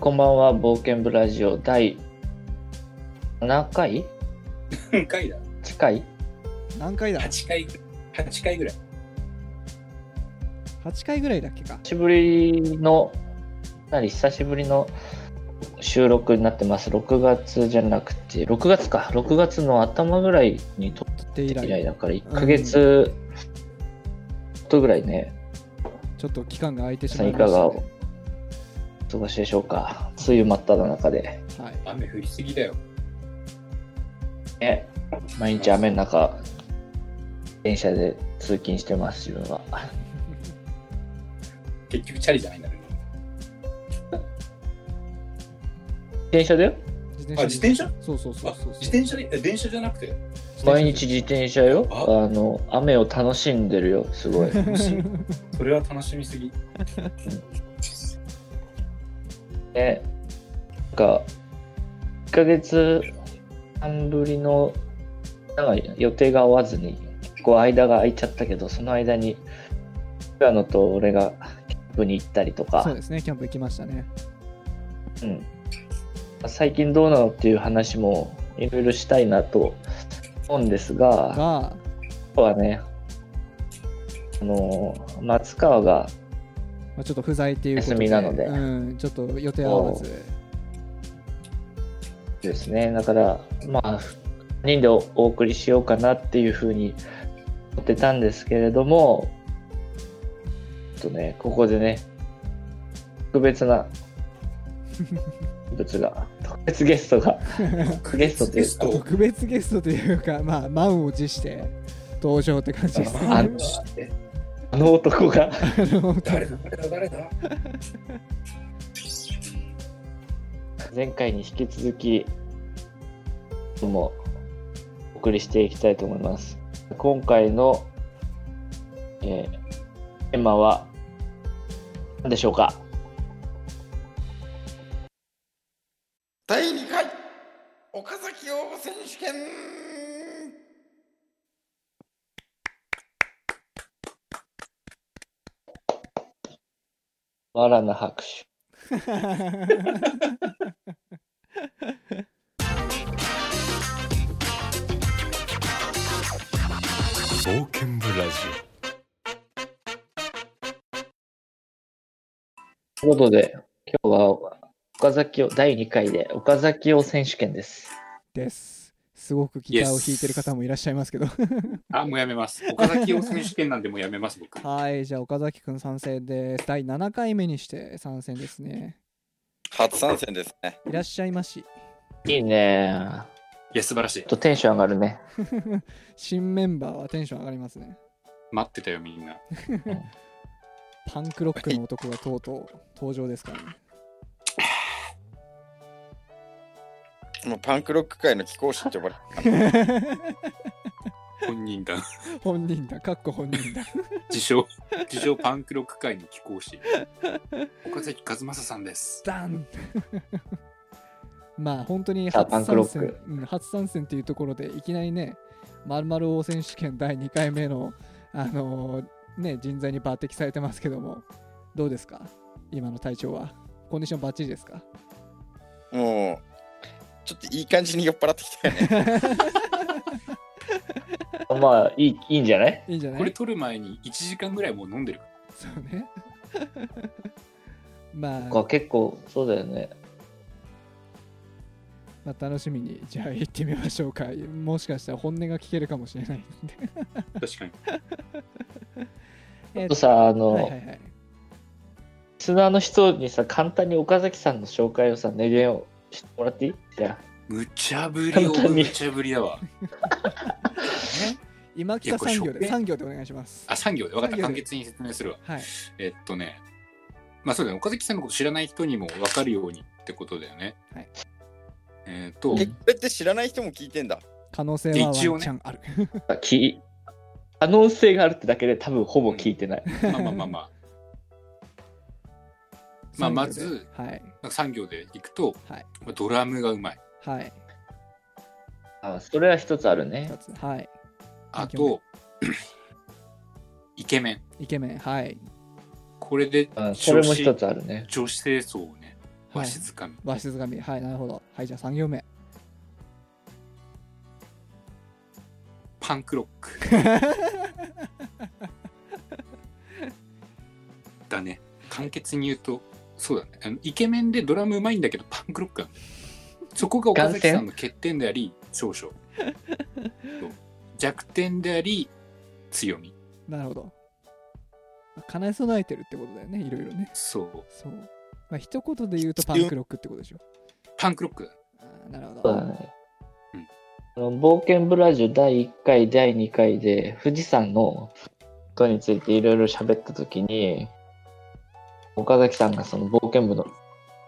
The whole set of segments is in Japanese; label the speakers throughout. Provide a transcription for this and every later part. Speaker 1: こんばんは、冒険部ラジオ第7回
Speaker 2: 何回だ
Speaker 1: 近い
Speaker 3: 何回だ
Speaker 2: ?8 回、8回ぐらい。
Speaker 3: ?8 回ぐらいだっけか。
Speaker 1: 久しぶりの、なり久しぶりの収録になってます。6月じゃなくて、6月か、6月の頭ぐらいに撮っ
Speaker 3: 撮って
Speaker 1: て以
Speaker 3: 以来、
Speaker 1: 来だから、1ヶ月ちょっとぐらいね、
Speaker 3: ちょっと期間が空いてし
Speaker 1: さ
Speaker 3: ま
Speaker 1: ん
Speaker 3: い
Speaker 1: い
Speaker 3: ま
Speaker 1: か
Speaker 3: し
Speaker 1: が
Speaker 3: た、
Speaker 1: お過ごしでしょうか。梅雨真っ只中で、
Speaker 3: ね。はい。
Speaker 2: 雨降りすぎだよ。
Speaker 1: ね、毎日雨の中、電車で通勤してます、自分は。
Speaker 2: 結局チャリじゃないんだね。
Speaker 1: 電車だよ
Speaker 3: 自
Speaker 2: あ、自転車
Speaker 3: そうそうそう
Speaker 2: あ
Speaker 3: そう。、
Speaker 2: 自転車で、え電車じゃなくて。
Speaker 1: 毎日自転車よ。
Speaker 2: あ
Speaker 1: あの、雨を楽しんでるよ、す ごい。
Speaker 2: 楽しみそれは楽しみすぎ。
Speaker 1: ね、なんか、1ヶ月半ぶりの、なんか予定が合わずに、結構間が空いちゃったけど、その間に、平野と俺がキャンプに行ったりと
Speaker 3: そう
Speaker 1: か、
Speaker 3: ですね、キャンプ行きましたね。
Speaker 1: うん、最近どうなのっていう話もいろいろしたいなと思うんですが、
Speaker 3: が、
Speaker 1: 今日はね、あの、松川が
Speaker 3: まあ、ちょっと不在っていうこと
Speaker 1: 休みなので
Speaker 3: うん、ちょっと予定合わず。
Speaker 1: ですね。だから、まあ、4人でおお送りしようかなっていうふうに思ってたんですけれども、ちょっとね、ここでね、特別な、特別が、特別ゲストが、ゲストって
Speaker 2: テ
Speaker 1: い
Speaker 2: ス
Speaker 1: うか
Speaker 2: ト。
Speaker 3: 特別ゲストというか、まあ、満を持して登場って感じですね。
Speaker 1: あのあの男が、
Speaker 3: あの
Speaker 2: 誰だ誰だ誰だ
Speaker 1: 前回に引き続き、もお送りしていきたいと思います。今回の、えーテーマは、何でしょうか
Speaker 4: 第2回岡崎王選手権
Speaker 1: わらな拍手。
Speaker 5: 冒険部ラジ
Speaker 1: ということで、今日は岡崎を第2回で岡崎を選手権です。
Speaker 3: です。すごくギターを弾いてる方もいらっしゃいますけど。
Speaker 2: あ、もうやめます。岡崎を選手権なんでもうやめます、僕。
Speaker 3: はい、じゃあ岡崎くん参戦です。第7回目にして参戦ですね。
Speaker 4: 初参戦ですね。
Speaker 3: いらっしゃいまし。
Speaker 1: いいね。
Speaker 2: いや、素晴らしい
Speaker 1: ちょっ。とテンション上がるね。
Speaker 3: 新メンバーはテンション上がりますね。
Speaker 2: 待ってたよ、みんな。
Speaker 3: パンクロックの男がとうとう登場ですからね。
Speaker 4: もうパンクロック界の貴公子って呼ばれ
Speaker 2: 本人 だ。
Speaker 3: 本人だ、かっこ本人だ。
Speaker 2: 自称、自称パンクロック界に寄稿し。岡崎和正さんです。
Speaker 3: ダンまあ本当に
Speaker 1: さあ
Speaker 3: 初
Speaker 1: パンクロ
Speaker 3: 参
Speaker 1: ッ
Speaker 3: 戦
Speaker 1: ク、
Speaker 3: うん、初参戦っていうところでいきなりね、まるまる王選手権第2回目の、あのーね、人材に抜擢されてますけども、どうですか今の体調は。コンディションバッチリですか
Speaker 4: た。もう、ちょっといい感じに酔っ払ってきたよ ね。
Speaker 1: まあ、いい、いいんじゃない
Speaker 3: いいんじゃない
Speaker 2: これ撮る前に1時間ぐらいもう飲んでる。
Speaker 3: そうね。 ま
Speaker 1: 僕
Speaker 3: あ
Speaker 1: は、結構、そうだよね。
Speaker 3: まあ、楽しみに、じゃあ行ってみましょうか。もしかしたら本音が聞けるかもしれないんで。
Speaker 2: 確かに。
Speaker 1: ちょ
Speaker 3: え
Speaker 1: っとさ、あの、
Speaker 3: はいはいはい。
Speaker 1: リスナーの人にさ、簡単に岡崎さんの紹介をさ、音源をしてもらっていいじゃ
Speaker 2: 無茶ぶりを
Speaker 1: 簡単に
Speaker 2: 無茶ぶりだわ。
Speaker 3: 今北産業
Speaker 2: いや
Speaker 3: で、
Speaker 2: これ
Speaker 3: 産業でお願いします。
Speaker 2: あ、3行で分かった。
Speaker 3: 三行で
Speaker 2: 簡潔に説明するわ。
Speaker 3: はい。
Speaker 2: えっとね、まあそうだね、岡崎さんのこと知らない人にも分かるようにってことだよね。
Speaker 3: はい
Speaker 2: えっと、
Speaker 4: え、これって知らない人も聞いてんだ。
Speaker 3: 可能性はワンチャンある。
Speaker 1: あ、き、可能性があるってだけで多分ほぼ聞いてない。
Speaker 2: まあまあまあまあ、まあま
Speaker 3: 産業で
Speaker 2: ず、
Speaker 3: はい。
Speaker 2: なんか3行でいくと、
Speaker 3: はい
Speaker 2: ドラムがうまい。
Speaker 3: はい。
Speaker 1: あそれは一つあるね
Speaker 3: 二。つはい。
Speaker 2: あと、イケメン。
Speaker 3: イケメン。はい。
Speaker 2: これで
Speaker 1: うん、それ
Speaker 2: 女
Speaker 1: も一
Speaker 2: 子
Speaker 1: つあるね。
Speaker 2: 女子清掃をね、
Speaker 3: は
Speaker 2: わ
Speaker 3: い
Speaker 2: しづかみ。
Speaker 3: 和室紙はいなるほどはいじゃあ3行目
Speaker 2: パンクロック。 だね。簡潔に言うと、そうだね。あのイケメンでドラムうまいんだけど、パンクロックなんだよそこが岡崎さんの欠点であり、少々。そう弱点であり、強み。
Speaker 3: なるほど叶え備えてるってことだよねいろいろね
Speaker 2: そう。
Speaker 3: そうまあ一言で言うとパンクロックってことでしょ
Speaker 2: パンクロックだ。
Speaker 3: あーなるほ
Speaker 1: そ
Speaker 3: ど
Speaker 1: うだね。あの冒険ブラジオ第1回、第2回で富士山のことについていろいろ喋ったときに、岡崎さんがその冒険部の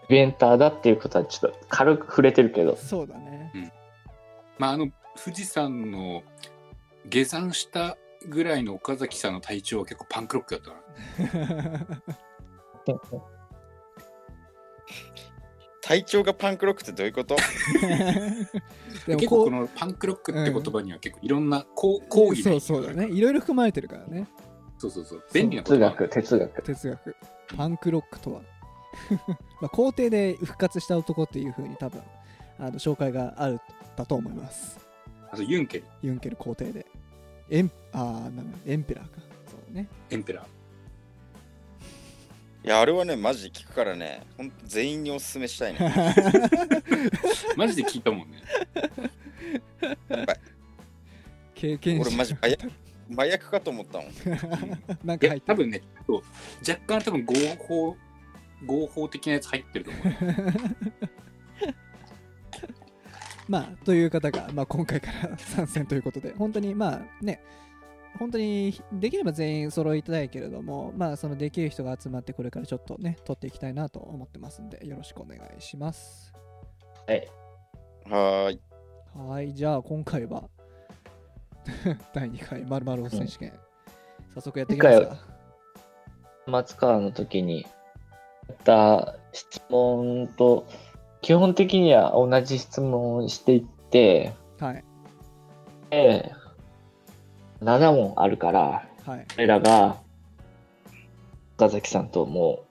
Speaker 1: イベンターだっていうことはちょっと軽く触れてるけど、
Speaker 3: そうだね
Speaker 2: まあ、あの、富士山の下山したぐらいの岡崎さんの体調は結構パンクロックだったな。
Speaker 4: 体調がパンクロックってどういうこと
Speaker 3: でも
Speaker 2: 結
Speaker 3: こ
Speaker 2: 構
Speaker 3: う
Speaker 2: このパンクロックって言葉には結構いろんなこう講義が
Speaker 3: そうそうだねいろいろ含まれてるからね
Speaker 2: そうそうそう便利な言
Speaker 1: 哲
Speaker 2: 葉
Speaker 1: 学、哲学。
Speaker 3: 哲学パンクロックとは まあ皇帝で復活した男っていうふうに多分あの紹介があるだと思います
Speaker 2: あとユンケル
Speaker 3: ユンケル皇帝でエンあーなんだエンペラーかそうだね
Speaker 2: エンペラー
Speaker 4: いやあれはねマジで聞くからねほんと全員におすすめしたいね
Speaker 2: マジで聞いたも んね
Speaker 3: 経験
Speaker 4: 俺
Speaker 3: 者
Speaker 4: マジ麻薬麻薬かと思ったもん
Speaker 3: なん
Speaker 2: い
Speaker 3: か入
Speaker 2: や
Speaker 3: って
Speaker 2: 多
Speaker 3: る
Speaker 2: 分ねそう若干多分合法合法的なやつ入ってる と思うよ
Speaker 3: まあという方が、まあ、今回から 参戦ということで本当にまあね本当にできれば全員揃いたいけれどもまあそのできる人が集まってこれからちょっとね取っていきたいなと思ってますんでよろしくお願いします
Speaker 1: はい。
Speaker 4: はーい
Speaker 3: はいじゃあ今回は 第2回まるまる選手権、早速やっていきますか
Speaker 1: 松川の時にやった質問と、基本的には同じ質問をしていって、
Speaker 3: はい
Speaker 1: で7問あるから、
Speaker 3: はい
Speaker 1: 俺らが岡崎さんとも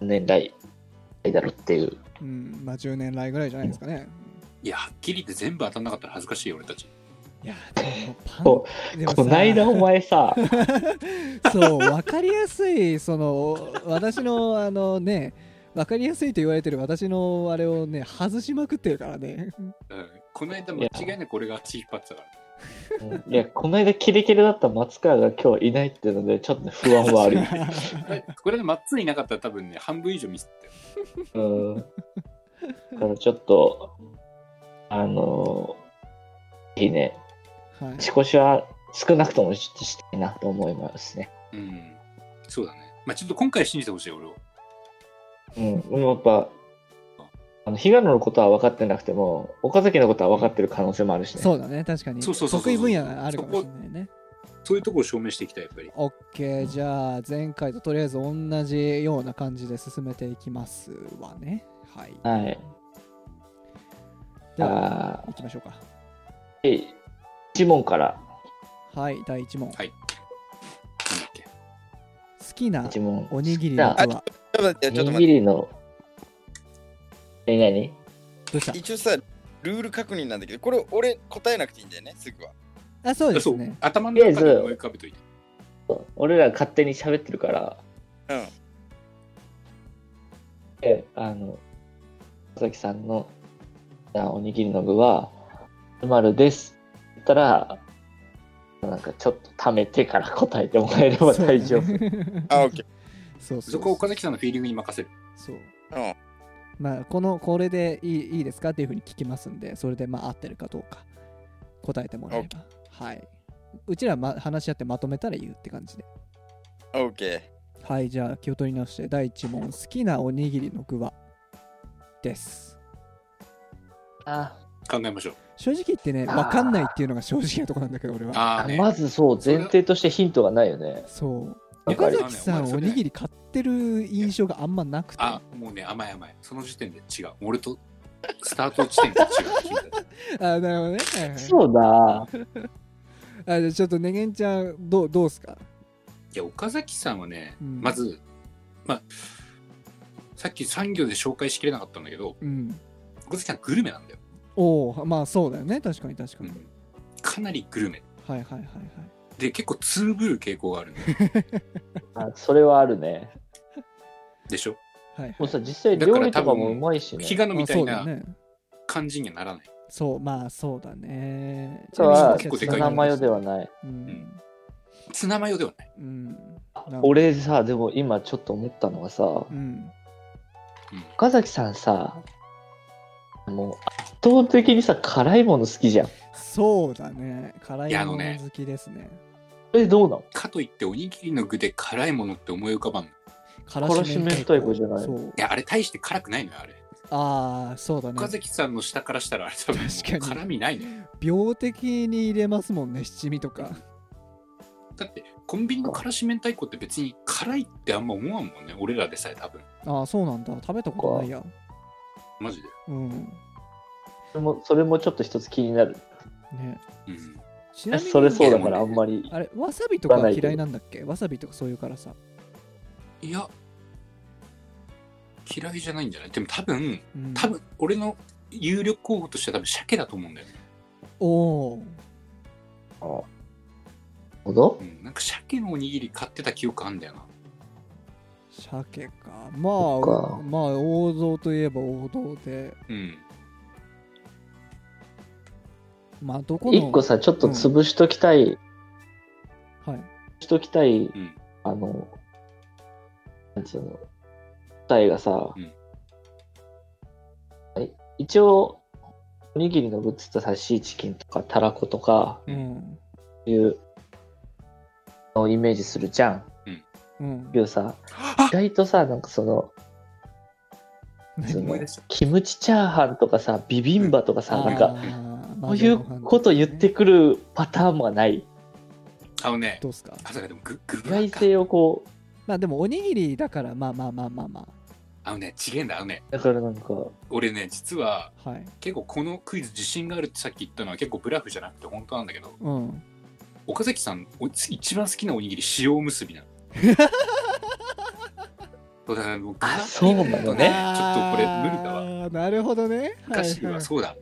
Speaker 1: う年代だろっていう
Speaker 3: うんまあ10年来ぐらいじゃないですかね、
Speaker 2: いやはっきり言って全部当たんなかったら恥ずかしいよ俺たち
Speaker 3: いやでもパン
Speaker 1: こ
Speaker 3: でもさ
Speaker 1: こないだお前 さ
Speaker 3: そう分かりやすいその私のあのね分かりやすいと言われてる私のあれをね外しまくってるからね
Speaker 2: うんこの間間違いなく俺が足引っ張ってたから
Speaker 1: いやこの間キレキレだった松川が今日いないっていうのでちょっと不安 はあるよ
Speaker 2: これこれでマッツンいなかったら多分ね半分以上ミスってたよ
Speaker 1: うんだからちょっとあのいいね
Speaker 3: はい
Speaker 1: 勝ち越しは少なくともちょっとしたいなと思いますね
Speaker 2: うんそうだねまあちょっと今回信じてほしい俺を
Speaker 1: うん、でもやっぱあの日賀野のことは分かってなくても岡崎のことは分かってる可能性もあるしね
Speaker 3: そうだね確かに
Speaker 2: そうそうそうそう
Speaker 3: 得意分野があるかもしれないね
Speaker 2: そういうとこを証明していきたいやっぱり
Speaker 3: OK じゃあ前回ととりあえず同じような感じで進めていきますわねはい
Speaker 1: はい
Speaker 3: では
Speaker 1: あ
Speaker 3: 行きましょうか
Speaker 1: ー一問から
Speaker 3: はい第1問好
Speaker 2: はいなんだっけ
Speaker 3: きな
Speaker 1: 一問
Speaker 3: おにぎりの
Speaker 1: じゃ
Speaker 3: 具
Speaker 1: あ
Speaker 3: は
Speaker 4: ちょっと待ってちょ
Speaker 1: お
Speaker 4: っと
Speaker 1: に
Speaker 4: 待
Speaker 1: ぎ
Speaker 4: っ
Speaker 1: りのえ何
Speaker 3: どうした
Speaker 4: て一応さルール確認なんだけどこれ俺答えなくていいんだよねすぐは
Speaker 3: あそうです
Speaker 2: そう
Speaker 3: ね
Speaker 2: 頭の中に思い浮かべといて
Speaker 1: 俺ら勝手に喋ってるから
Speaker 4: うん
Speaker 1: であの岡崎さんのあおにぎりの具は「まるです」って言ったらなんかちょっと貯めてから 答えてもらえれば大丈夫、
Speaker 3: そうだね
Speaker 4: あオッケ
Speaker 3: そうそう
Speaker 2: そこは岡崎さんのフィーリングに任せる
Speaker 3: そう
Speaker 4: ー
Speaker 3: まあ、このこれでいいいいですかっていうふうに聞きますんでそれでまあ合ってるかどうか答えてもらえばはいうちら、ま、話し合ってまとめたら言うって感じで
Speaker 4: うんオッケ
Speaker 3: はいじゃあ気を取り直して第1問好きなおにぎりの具はです
Speaker 1: あ
Speaker 2: 考えましょう
Speaker 3: 正直言ってね
Speaker 1: あー
Speaker 3: 分かんないっていうのが正直なとこなんだけど俺は
Speaker 2: ああ、ね、
Speaker 1: まずそう前提としてヒントがないよね
Speaker 3: そう
Speaker 1: わ
Speaker 3: 岡
Speaker 1: かる
Speaker 3: 崎さ
Speaker 2: わ
Speaker 3: ん
Speaker 2: かる
Speaker 3: おにぎり買ってる印象があんまなくて
Speaker 2: あもうね甘い甘いその時点で違う俺とスタート地点 が違う
Speaker 3: あなるほどね、はいはい
Speaker 1: そうだ
Speaker 3: あじゃあちょっとねげんちゃんどうどうっすか
Speaker 2: いや岡崎さんはね、
Speaker 3: うん
Speaker 2: まずまあさっき産業で紹介しきれなかったんだけど
Speaker 3: うん。
Speaker 2: 岡崎さんグルメなんだよ、
Speaker 3: おお、まあそうだよね。確かに確か
Speaker 2: う
Speaker 3: に。
Speaker 2: ん、かなりグルメ
Speaker 3: はいはいはいはい。
Speaker 2: で結構ツーブる傾向があるんだ よ
Speaker 1: あそれはあるね。
Speaker 2: でしょ
Speaker 3: はい
Speaker 1: もうさ、実際料理とかもうまいしね。
Speaker 2: 日が野み
Speaker 3: あ
Speaker 2: た
Speaker 3: そ
Speaker 2: いう
Speaker 3: だよ
Speaker 2: な
Speaker 3: ね。
Speaker 2: 感じにはならない
Speaker 3: そう、まあそうだね。
Speaker 1: あとは、
Speaker 2: 結構で
Speaker 1: ツ
Speaker 2: かい
Speaker 1: ナマヨではない。
Speaker 3: うん。
Speaker 2: ツナマヨではない、
Speaker 3: うん。なんか
Speaker 1: 俺さ、でも今ちょっと思ったのがさ、
Speaker 3: うん。
Speaker 1: 岡崎さんさ、もう圧倒的にさ、辛いもの好きじゃん。
Speaker 3: そうだね。辛
Speaker 2: いや
Speaker 3: い
Speaker 2: あ
Speaker 3: も
Speaker 2: の
Speaker 3: の
Speaker 2: ね
Speaker 3: 好きですね。
Speaker 1: え、どうなの
Speaker 2: かといっておにぎりの具で辛いものって思い浮かばんのい
Speaker 3: 辛
Speaker 1: 辛子明太子じゃない
Speaker 3: そう。
Speaker 2: やあれ大して辛くないのよあれ
Speaker 3: ああ、そうだね
Speaker 2: 岡。崎さんの下からしたらあれ多分も
Speaker 3: 確
Speaker 2: う
Speaker 3: かに
Speaker 2: 辛みないのよ
Speaker 3: 病的に入れますもんね、七味とか。
Speaker 2: だってコンビニの辛子明太子って別に辛いってあんま思わんもんね俺らでさえ多分
Speaker 3: ああ、そうなんだ。食べたことないや。
Speaker 2: マジで、
Speaker 3: うん。
Speaker 1: それもそれもちょっと一つ気になる。
Speaker 3: ね。
Speaker 2: うん、
Speaker 3: ちなみに、
Speaker 1: それそうだからあんまり。
Speaker 3: あれ、わさびとか嫌いなんだっけわさびとかそういう辛さ。
Speaker 2: いや嫌いじゃないんじゃないでも多分
Speaker 3: うん、
Speaker 2: 多分俺の有力候補としては多分鮭だと思うんだよね、
Speaker 3: おお
Speaker 1: あなるほど
Speaker 2: うん、なんか鮭のおにぎり買ってた記憶あんだよな
Speaker 3: 鮭か
Speaker 1: そ
Speaker 3: ま
Speaker 1: っ
Speaker 3: あ
Speaker 1: か
Speaker 3: まあ王道といえば王道で
Speaker 2: うん
Speaker 3: まあどこの
Speaker 1: 一個さ、ちょっと潰しときたい、
Speaker 3: はい
Speaker 1: しときたい、
Speaker 2: うん
Speaker 1: あの、なんつうの、答えがさ、
Speaker 2: うん
Speaker 1: はい一応、おにぎりのグッズってさ、シーチキンとかたらことか、
Speaker 3: うん
Speaker 1: いうのをイメージするじゃん。
Speaker 3: うん
Speaker 1: けどさ、
Speaker 2: あ
Speaker 1: 意外とさ、なんかその、そ
Speaker 2: 思
Speaker 1: の
Speaker 2: い出した
Speaker 1: キムチチャーハンとかさ、ビビンバとかさ、なんか、
Speaker 3: あー
Speaker 1: こういうこと言ってくるパターンがない。
Speaker 2: あのね
Speaker 3: どうっすか
Speaker 2: あそうかでもググ
Speaker 1: 意
Speaker 2: ブラ
Speaker 1: 外
Speaker 2: か
Speaker 1: 性をこう、
Speaker 3: まあでもおにぎりだからまあまあまあまあま
Speaker 2: あのね違えんだあのね
Speaker 1: だからなんか、
Speaker 2: 俺ね実は
Speaker 3: あはい
Speaker 2: 結構このクイズ自信があるってさっき言ったのは結構ブラフじゃなくて本当なんだけど
Speaker 3: うん
Speaker 2: 岡崎さんお一番好きなおにぎり塩おむすびなのそうだからもうグラフ
Speaker 1: そうなのね
Speaker 2: ちょっとこれ無理だわ
Speaker 3: わなるほどね
Speaker 2: おかしいわそうだ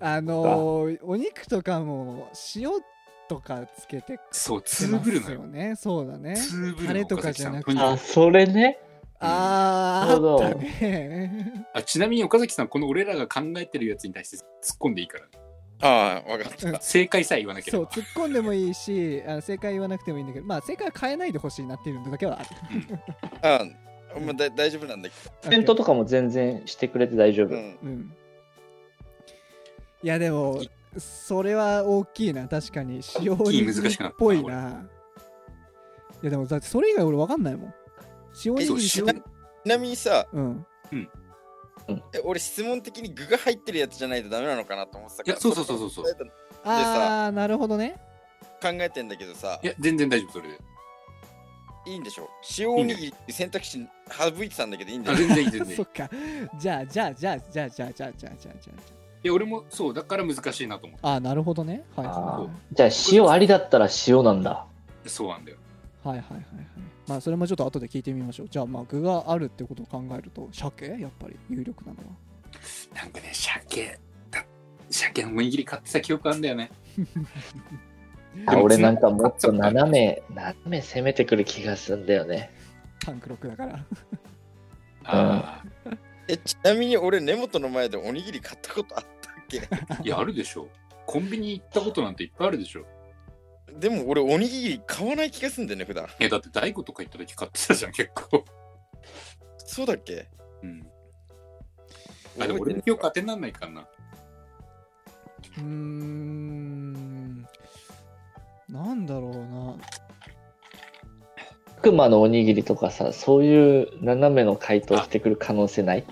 Speaker 3: あのーお肉とかも塩とかつけて
Speaker 2: そうツ
Speaker 3: 食
Speaker 2: ー
Speaker 3: ま
Speaker 2: ブル
Speaker 3: す
Speaker 2: なの
Speaker 3: よねそうだね
Speaker 2: ツーブル
Speaker 3: タ
Speaker 2: の
Speaker 3: レと
Speaker 2: 岡
Speaker 3: か
Speaker 2: 崎
Speaker 3: じゃ
Speaker 2: さん
Speaker 3: なく
Speaker 2: と
Speaker 3: て
Speaker 2: に
Speaker 1: あ、
Speaker 2: かく
Speaker 1: それね。
Speaker 3: あ
Speaker 1: なる
Speaker 3: ー
Speaker 1: ほど
Speaker 3: あったね
Speaker 2: あちなみに岡崎さんこの俺らが考えてるやつに対して突っ込んでいいから、ね、
Speaker 4: ああ、わかっ
Speaker 3: うん
Speaker 4: た。
Speaker 2: 正解さえ言わなけれ
Speaker 3: そう
Speaker 2: ば
Speaker 3: 突っ込んでもいいしあの正解言わなくてもいいんだけどまあ正解は変えないでほしいなっていうのだけはある
Speaker 4: ああ、もうだ大丈夫なんだけ
Speaker 1: コメントとかも全然してくれて大丈夫。
Speaker 4: ど。うん。
Speaker 3: うんいやでもそれは大きいな確かに使用
Speaker 2: 大きい
Speaker 3: に
Speaker 2: 難しくな
Speaker 3: っ
Speaker 2: った
Speaker 3: ぽいないやでもだってそれ以外俺分かんないもん使用に
Speaker 2: そう
Speaker 4: ちなちなみにさ、
Speaker 3: うん
Speaker 4: え俺質問的に具が入ってるやつじゃないとダメなのかなと思ってた
Speaker 2: い
Speaker 4: から。
Speaker 2: やそうそうそうそうそう
Speaker 4: 考えた考
Speaker 3: ああなるほどね
Speaker 4: えてんだけどさ
Speaker 2: い、や全然大丈夫それで
Speaker 4: いいんでしょ塩おにぎりって選択肢省いてたんだけどいいんで
Speaker 2: あ
Speaker 4: しょ
Speaker 2: 全然いい全然いい
Speaker 3: そっかじゃあじゃあじゃあじゃあじゃあじゃあじゃあじゃあじゃあじゃ
Speaker 2: いや俺もそうだから難しいなと思っ
Speaker 3: ああーなるほどねはいはい
Speaker 1: あ
Speaker 3: は
Speaker 1: ーじゃあ塩ありだったら塩なんだ。
Speaker 2: てそうなんだよ
Speaker 3: いはいはいはいはいまあそれもちょっと後で聞いてみましょうじゃあまあ具があるってことを考えると鮭やっぱり有力なのは
Speaker 2: なんかね鮭だ鮭のおにぎり買ってた記憶あんだよね
Speaker 1: あ
Speaker 2: でも
Speaker 1: 俺なんかもっと斜め、斜め攻めてくる気がするんだよね。
Speaker 3: タンクロックだから
Speaker 2: あ
Speaker 4: えちなみに俺根本の前でおにぎり買ったことあったっけ
Speaker 2: あいやあるでしょコンビニ行ったことなんていっぱいあるでしょ
Speaker 4: でも俺おにぎり買わない気がすんだよね普段
Speaker 2: えだって大悟とか行った時買ってたじゃん結構
Speaker 4: そうだっけ
Speaker 2: うんあでも俺の記憶当てになんないからな
Speaker 3: うーんなんだろうな
Speaker 1: 悪魔のおにぎりとかさ、そういう斜めの回答してくる可能性ない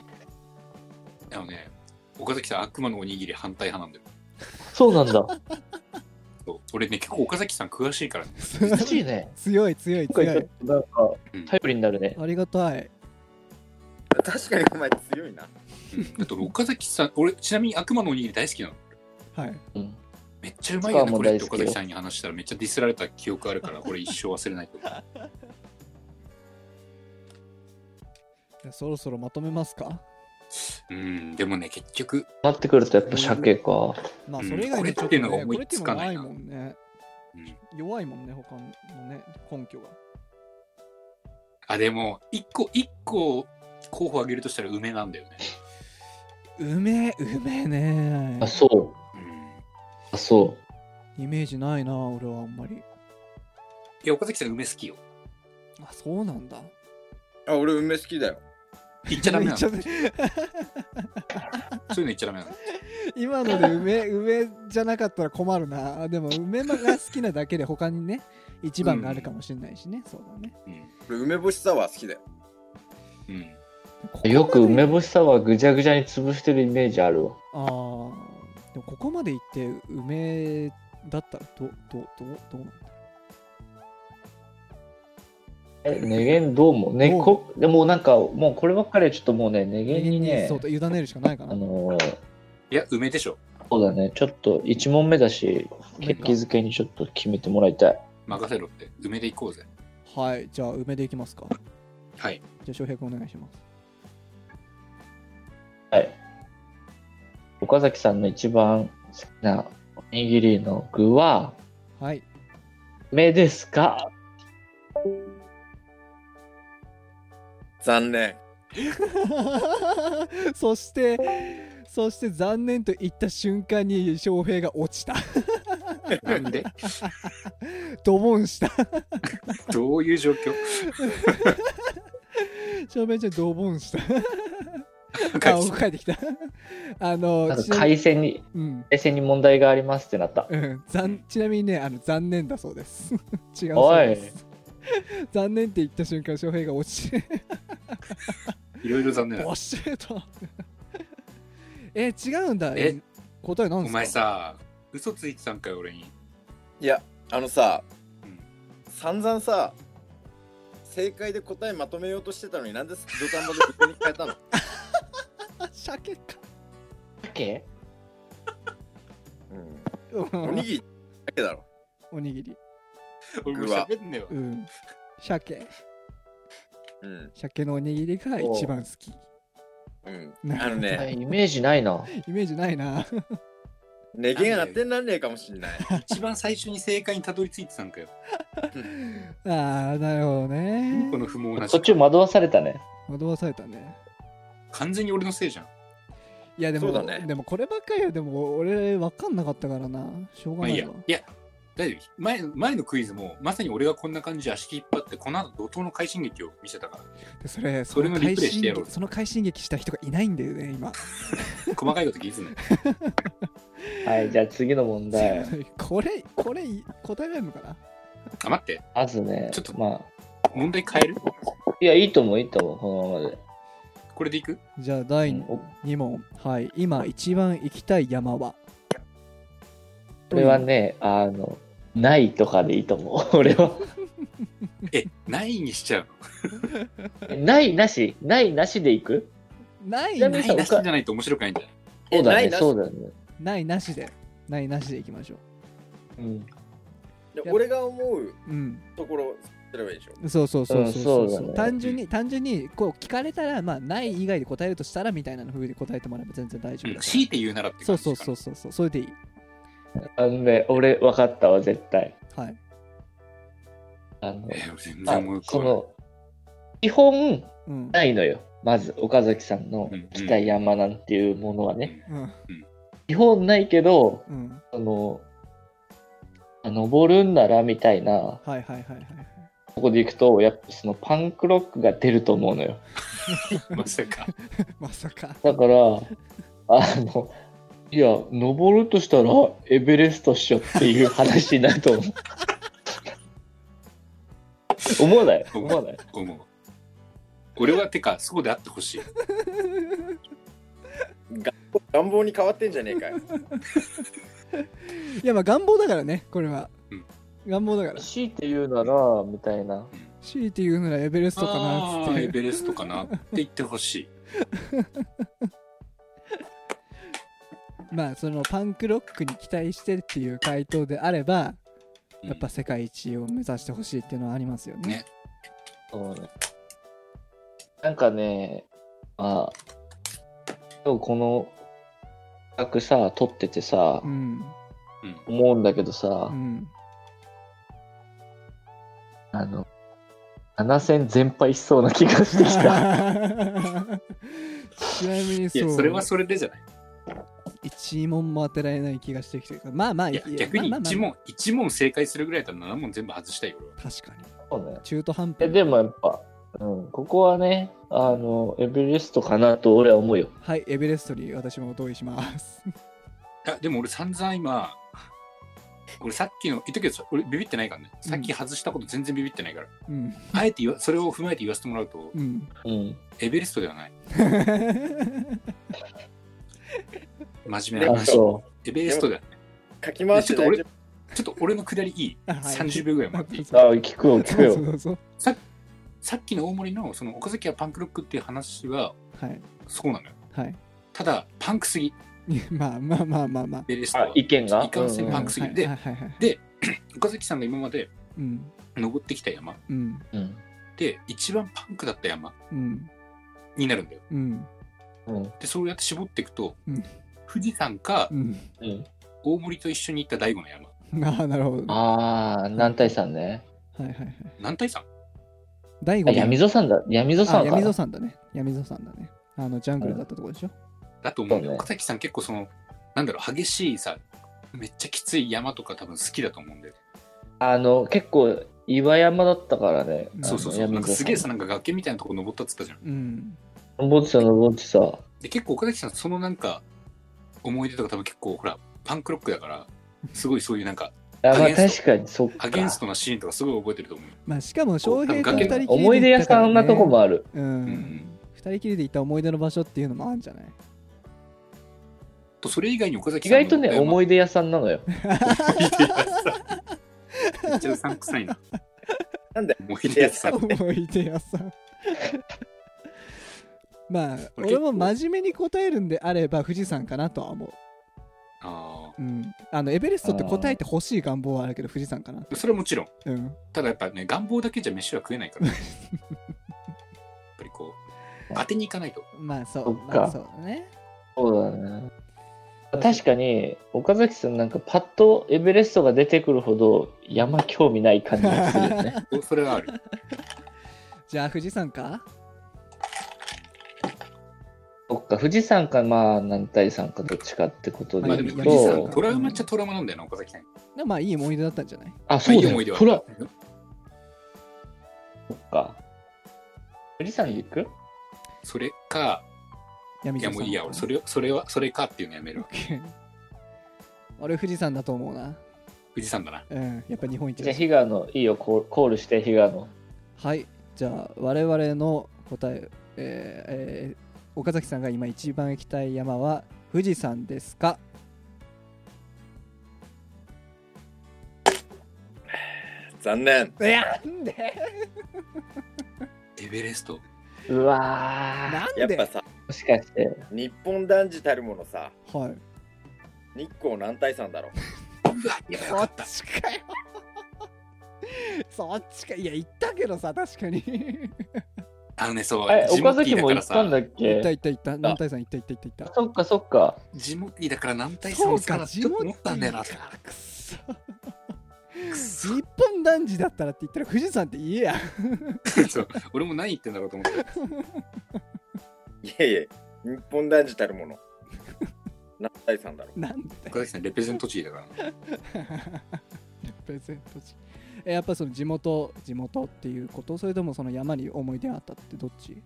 Speaker 2: あのね岡崎さん悪魔のおにぎり反対派なんだよ
Speaker 1: そうなんだ。
Speaker 2: そう俺ね結構岡崎さん詳しいからね、
Speaker 1: 難しいね。
Speaker 3: 強い強い
Speaker 1: 今回
Speaker 3: 強
Speaker 1: ちょっ
Speaker 3: い
Speaker 1: となんか
Speaker 2: うん
Speaker 1: 頼りになるね。
Speaker 3: ありがたい
Speaker 4: 確かにお前強いな
Speaker 2: うんだって俺岡崎さん俺ちなみに悪魔のおにぎり大好きなの
Speaker 3: はい
Speaker 1: うん、
Speaker 2: めっちゃうまいよね
Speaker 1: あも
Speaker 2: こ
Speaker 1: う
Speaker 2: れっ
Speaker 1: 大
Speaker 2: て
Speaker 1: 好きよ
Speaker 2: 岡崎さんに話したらめっちゃディスられた記憶あるから俺一生忘れないと思う
Speaker 3: じゃあそろそろまとめますか
Speaker 2: うん、でもね、結局、
Speaker 1: なってくるとやっぱ鮭か。
Speaker 3: まあ
Speaker 2: うん
Speaker 3: それ以外でちょ
Speaker 2: これって
Speaker 3: っと、
Speaker 2: いうのが
Speaker 3: ね、
Speaker 2: 思
Speaker 3: これ
Speaker 2: い
Speaker 3: って
Speaker 2: つ
Speaker 3: も
Speaker 2: か
Speaker 3: な
Speaker 2: ない
Speaker 3: い
Speaker 2: な
Speaker 3: もんね
Speaker 2: うん
Speaker 3: 弱いもんね他のね根拠が
Speaker 2: あ、でも、一個、一個候補挙げるとしたら梅なんだよね。
Speaker 3: うめえうめえね
Speaker 1: あ、そう。
Speaker 2: うん。
Speaker 1: あ、そう。
Speaker 3: イメージないな俺はあんまり
Speaker 2: いや、岡崎さん、梅好きよ。
Speaker 3: あそうなんだ
Speaker 4: あ、俺梅好きだよ。
Speaker 2: 言っちゃダ メなの。そ
Speaker 3: 言
Speaker 2: う
Speaker 3: っちゃダ
Speaker 2: いうの
Speaker 3: メ
Speaker 2: 言っちゃダメなの。
Speaker 3: 今ので 梅梅じゃなかったら困るなでも梅が好きなだけで他にね一番があるかもしれないしね、そうだね
Speaker 4: 俺梅干しサワー好きだよ。
Speaker 2: うん。うん。
Speaker 3: ここまで
Speaker 1: よく梅干しサワーぐちゃぐちゃに潰してるイメージあるわ。
Speaker 3: あーでもここまで行って梅だったらどどどどうなんだ
Speaker 1: え、ネゲンどうも。ね、
Speaker 3: どう
Speaker 1: こ、でもなんか、もうこればっかりはちょっともうね、ネゲンにね
Speaker 3: そ、うだ委ねるしかないか
Speaker 1: あ
Speaker 3: な
Speaker 1: のー、
Speaker 2: いや、梅でしょ。
Speaker 1: そうだね、ちょっと1問目だし、
Speaker 3: 梅
Speaker 1: 景
Speaker 3: か
Speaker 1: 気づけにちょっと決めてもらいたい。
Speaker 2: 任せろって。梅で行こうぜ。
Speaker 3: はいじゃあ梅でいきますか
Speaker 2: はい。
Speaker 3: じゃあ翔平君お願いします
Speaker 1: はい。岡崎さんの一番好きなおにぎりの具は、
Speaker 3: はい
Speaker 1: 目ですか
Speaker 4: 残念。
Speaker 3: そしてそして残念と言った瞬間に翔平が落ちた
Speaker 2: なんで
Speaker 3: ドボンした
Speaker 2: どういう状 況
Speaker 3: 翔平ちゃんドボンした
Speaker 2: 返
Speaker 3: あ
Speaker 2: す
Speaker 3: 帰ってきた あの
Speaker 1: なん
Speaker 3: ち
Speaker 1: か
Speaker 3: なみ
Speaker 1: 回
Speaker 3: に
Speaker 1: 線に、
Speaker 3: うん
Speaker 1: 回線に問題がありますってなった。
Speaker 3: うん、残ちなみにねあの残念だそうです 違うそうです残念って言った瞬間翔平が落ちて
Speaker 2: いろいろ残念な
Speaker 3: 落ちてた え違うんだ
Speaker 2: え
Speaker 3: 答えなん
Speaker 2: お
Speaker 3: ですか
Speaker 2: 前さ、嘘ついてたんかよ、俺に。
Speaker 4: いや、あのさ
Speaker 2: うん、
Speaker 4: 散々さ、正解で答えまとめようとしてたのになんで土壇場でここに変えたの
Speaker 3: あ 鮭か
Speaker 1: 鮭
Speaker 4: うんおにぎりだけだろ。
Speaker 3: おにぎり
Speaker 2: 俺もう喋んねえわ
Speaker 3: う。ん鮭
Speaker 4: うん。
Speaker 3: 鮭のおにぎりが一番好き
Speaker 4: うん。
Speaker 3: な
Speaker 4: あのね、
Speaker 1: イメージないな。
Speaker 3: イメージない な
Speaker 4: ネゲが当てになんねえかもしんない。
Speaker 2: 一番最初に正解にたどり着いてたんかよ。
Speaker 3: あーなるほどね
Speaker 2: この不毛な
Speaker 1: こっちを惑わされたね。
Speaker 3: 惑わされたね
Speaker 2: 完全に俺のせいじゃん。
Speaker 3: いやで
Speaker 4: そ
Speaker 3: も、
Speaker 4: うだね
Speaker 3: でもこればっかりはでも俺分かんなかったからなしょう
Speaker 2: ま
Speaker 3: が
Speaker 2: あ
Speaker 3: ない
Speaker 2: い
Speaker 3: わ
Speaker 2: いや。いや、大丈夫。前前のクイズも、まさに俺がこんな感じで足引っ張って、この後怒涛の快進撃を見せたから、
Speaker 3: でそれ
Speaker 2: それのリプレイしてやろう
Speaker 3: その快進撃その快進撃した人がいないんだよね今
Speaker 2: 細かいこと聞いてね。
Speaker 1: はい、じゃあ次の問題。
Speaker 3: これこれ答えられるのかな
Speaker 2: あ、待って、
Speaker 1: まずね、
Speaker 2: ちょっと
Speaker 1: ま
Speaker 2: 問題変える
Speaker 1: あ、いや、いいと思う、いいと思う、このままで。
Speaker 2: これでいく
Speaker 3: じゃあ第
Speaker 1: うんお
Speaker 3: 2問、はい今一番行きたい山は
Speaker 1: これはね、あの、ないとかでいいと思う、 俺は。
Speaker 2: え、ないにしちゃう
Speaker 1: ないなしないなしでいく
Speaker 3: ない
Speaker 1: ちな
Speaker 2: の。
Speaker 1: み
Speaker 2: な
Speaker 1: に
Speaker 2: いなしじゃないと面白くないんだよ。
Speaker 1: そうだ
Speaker 4: ない
Speaker 1: ね、
Speaker 4: なし
Speaker 1: そうだね。
Speaker 3: ないなしでないなしでいきましょ
Speaker 1: うん、
Speaker 4: で俺が思う
Speaker 3: ううん
Speaker 4: ところをすればいいでしょ。
Speaker 3: そうそうそうそうそう,、
Speaker 1: うんそうだね
Speaker 3: 単純に単純にこう聞かれたらまあない以外で答えるとしたらみたいなふうに答えてもらえば全然大丈
Speaker 2: う
Speaker 3: 夫
Speaker 2: ん
Speaker 3: だから、
Speaker 2: 強いて言うならって。
Speaker 3: そうそうそううそうそうそれでいい
Speaker 1: あのね、俺分かったわ、絶対。
Speaker 3: はい
Speaker 1: あの
Speaker 2: え、俺全
Speaker 1: あ
Speaker 2: 然もう
Speaker 1: そ
Speaker 2: こ
Speaker 1: の基本
Speaker 3: うん
Speaker 1: ないのよ。まず、岡崎さんの
Speaker 2: うん
Speaker 1: 北山なんていうものはね。
Speaker 3: うん
Speaker 1: 基本ないけど、
Speaker 3: うん
Speaker 1: その、あ登るんならみたいな、
Speaker 3: はいはいはい はい
Speaker 1: ここで行くと、やっぱそのパンクロックが出ると思うのよ。
Speaker 2: まさか。
Speaker 3: まさか
Speaker 1: だから、あの、いや、登るとしたらエベレストっしょっていう話になると思う。思わない思わない
Speaker 2: 思う。俺はてか、そうであってほしい。
Speaker 4: 願望に変わってんじゃねえかよ。
Speaker 3: いやまあ願望だからねこれは、
Speaker 2: うん
Speaker 3: 願望だから
Speaker 1: 強いて言うなら、みたいな。
Speaker 3: 強いて言うならエベレストかなっつ
Speaker 2: あ
Speaker 3: っ
Speaker 2: ーエ
Speaker 3: て
Speaker 2: ベレストかなって言ってほしい。
Speaker 3: まあそのパンクロックに期待してっていう回答であれば
Speaker 2: うん
Speaker 3: やっぱ世界一を目指してほしいっていうのはありますよね
Speaker 2: ね
Speaker 1: そうね。なんかね、まあ、今日この企画さ、撮っててさ、
Speaker 3: うん
Speaker 2: うん。
Speaker 1: 思うんだけどさ
Speaker 3: う、ん
Speaker 1: あの、7戦全敗しそうな気がしてきた。
Speaker 3: ちなみに
Speaker 2: い
Speaker 3: そう
Speaker 2: や、それはそれでじゃない。
Speaker 3: 一問も当てられない気がしてきてるまあまあ
Speaker 2: いや、逆に
Speaker 3: まあまあ
Speaker 2: 1
Speaker 3: まあ
Speaker 2: 問、一問正解するぐらいだったら7問全部外したいよ、俺は。
Speaker 3: 確かに
Speaker 1: そうね。
Speaker 3: 中途半端
Speaker 1: え、でもやっぱ、うん、ここはね、あの、エベレストかなと俺は思うよ。
Speaker 3: はいエベレストに私も同意します
Speaker 2: あでも俺散々今俺さっきの言ったけどさ俺ビビってないからねさっき外したこと全然ビビってないから、
Speaker 3: うん
Speaker 2: あえて言わそれを踏まえて言わせてもらうと
Speaker 3: うん
Speaker 1: うん。
Speaker 2: エベレストではない真面目な
Speaker 1: あ、
Speaker 2: 話
Speaker 1: そ
Speaker 2: エベレストではない
Speaker 4: 書き回
Speaker 2: ちょって
Speaker 4: し
Speaker 2: と
Speaker 4: 大
Speaker 2: 俺
Speaker 4: 丈
Speaker 2: ちょっと俺のくだりいい
Speaker 3: はい
Speaker 2: 30秒ぐらいもらっていい
Speaker 1: あ、聞くよ、聞く
Speaker 3: そう
Speaker 1: よ。
Speaker 3: そうそう
Speaker 2: さっきの大森のその岡崎はパンクロックっていう話は
Speaker 3: はい
Speaker 2: そうなのよ
Speaker 3: はい
Speaker 2: ただパンクすぎエ
Speaker 3: いやまあまあまあまあまあ
Speaker 2: ベレストは
Speaker 1: あ、意見が
Speaker 2: いかんせ
Speaker 1: うんん
Speaker 2: パンクすぎる
Speaker 3: は
Speaker 2: で
Speaker 3: いはいはいはい
Speaker 2: 岡崎さんが今まで
Speaker 3: うん
Speaker 2: 登ってきた山
Speaker 3: うん
Speaker 1: うん。
Speaker 2: で一番パンクだった山
Speaker 3: うん
Speaker 2: になるんだよ
Speaker 3: うん
Speaker 1: うん。
Speaker 2: でそうやって絞っていくと、
Speaker 3: うん
Speaker 2: 富士山か
Speaker 3: うん
Speaker 1: うん。
Speaker 2: 大森と一緒に行った大悟の山
Speaker 3: ああなるほどね
Speaker 1: ああ、南大山ね。
Speaker 3: はいはいはい
Speaker 2: 何対山
Speaker 3: 大
Speaker 1: あ、
Speaker 3: 悟の
Speaker 1: 闇蔵さんだ。闇蔵さ
Speaker 3: あ
Speaker 1: んか
Speaker 3: 闇。蔵さんだね闇蔵さんだねあのジャングルだったとこでしょ
Speaker 2: だと思うんだよ、
Speaker 1: そうね
Speaker 2: 岡崎さん結構そのなんだろう激しいさめっちゃきつい山とか多分好きだと思うんだよ、
Speaker 1: あの、結構、岩山だったからね。
Speaker 3: うん
Speaker 1: あの
Speaker 2: そうそうそう
Speaker 1: 闇
Speaker 2: な
Speaker 1: 蔵
Speaker 2: んか
Speaker 1: さん
Speaker 2: すげえさなんか崖みたいなとこ登ったっつったじゃん
Speaker 3: うん
Speaker 1: 登ってた、登ってた。
Speaker 2: で結構岡崎さんそのなんか思い出とか多分結構ほらパンクロックだからすごいそういうなんか
Speaker 1: あ、ま
Speaker 2: ア
Speaker 1: あ
Speaker 2: ゲンス
Speaker 1: 確かに、そっ
Speaker 2: ア
Speaker 1: か
Speaker 2: ゲ。ンストなシーンとかすごい覚えてると思うよ
Speaker 3: まあしかも翔平と二人きりで行ったからね
Speaker 1: 思い出屋さんなとこもある。
Speaker 3: う
Speaker 2: うんん
Speaker 3: 二人きりで行った思い出の場所っていうのもあるんじ ゃない
Speaker 2: とそれ以外に岡崎
Speaker 1: 意
Speaker 2: さん
Speaker 1: 外とね、思
Speaker 2: い
Speaker 1: い出屋さんなのよ。
Speaker 2: めっちゃうさんくさいな
Speaker 4: なんで
Speaker 2: 思い出 やつさん
Speaker 3: 思い出屋さん ま
Speaker 2: 俺
Speaker 3: あ
Speaker 2: 結
Speaker 3: 俺
Speaker 2: 構
Speaker 3: も真面目に答えるんであれば富士山かなとは思う、
Speaker 2: あ
Speaker 3: うん、あのエベレストって答えてほしい願望はあるけど富士山かな
Speaker 2: ーそれはもちろん
Speaker 3: うん
Speaker 2: ただやっぱね願望だけじゃ飯は食えないから、ね、やっぱりこう当てに行かないと
Speaker 3: まあそう
Speaker 1: そっか
Speaker 3: まあそうね
Speaker 1: そうだね。確かに、岡崎さんなんかパッとエベレストが出てくるほど山興味ない感じがするよ ね。
Speaker 2: そそれはある
Speaker 3: じゃあ富士山か
Speaker 1: そっか、富士山か、まあ、南大山かどっちかってこと
Speaker 2: まあ
Speaker 1: で
Speaker 2: で
Speaker 1: 言
Speaker 2: も
Speaker 1: う
Speaker 2: 富士山
Speaker 1: と、
Speaker 2: トラウマっちゃトラウマなんだよな岡崎さん
Speaker 3: でもまあいい思い出だったんじゃない
Speaker 1: あ、そう
Speaker 2: まあいい
Speaker 1: だ
Speaker 2: 思い出
Speaker 1: よ。
Speaker 2: は
Speaker 1: トラそっか。富士山で行く
Speaker 2: それか
Speaker 3: 闇
Speaker 2: いや
Speaker 3: 城
Speaker 2: も
Speaker 3: さん
Speaker 2: ういいや俺それそれはそれかっていうのやめ
Speaker 3: オ
Speaker 2: る
Speaker 3: ッケー 俺富士山だと思うな
Speaker 2: 富士山だな
Speaker 3: うんやっぱ日本一
Speaker 1: じゃ
Speaker 3: だ
Speaker 1: あ、
Speaker 3: し
Speaker 1: ヒガの、いいよ、コールコールして、ヒガの。
Speaker 3: はいじゃあ我々の答ええーえー岡崎さんが今一番行きたい山は富士山ですか
Speaker 4: 残念
Speaker 3: いやなんで
Speaker 2: エベレスト
Speaker 1: うわー。
Speaker 3: なん
Speaker 4: やっぱ
Speaker 3: で
Speaker 4: さ
Speaker 1: もしかして、
Speaker 4: 日本男児たるものさ
Speaker 3: はい
Speaker 4: 日光南大山だろ
Speaker 2: うわやばいよ
Speaker 3: そ
Speaker 2: か
Speaker 3: っ
Speaker 2: った
Speaker 3: ちかよ そっちかいや言ったけどさ確かに
Speaker 2: あのねそう
Speaker 1: え、
Speaker 2: ジモ
Speaker 1: 岡
Speaker 2: テ
Speaker 1: 崎
Speaker 2: ィーだ
Speaker 1: も行
Speaker 2: から
Speaker 1: った
Speaker 2: さ
Speaker 1: んだっ
Speaker 3: 言った
Speaker 1: け
Speaker 3: 言った言った南大さん言った言った言った
Speaker 1: そっかそっか。
Speaker 2: ジモティーだから何対3かなちょっと思ったんだよな
Speaker 3: ジモティーかくそ
Speaker 2: くそ
Speaker 3: 日本男児だったらって言ったら富士山って言えや
Speaker 2: そう俺も何言ってんだろうと思って
Speaker 4: いやいや日本男児たるもの南大山だろ
Speaker 3: なんで
Speaker 2: 岡崎さんレペゼント地位だ からな
Speaker 3: プレゼント地えやっぱその地元地元っていうことそれともその山に思い出あったってどっち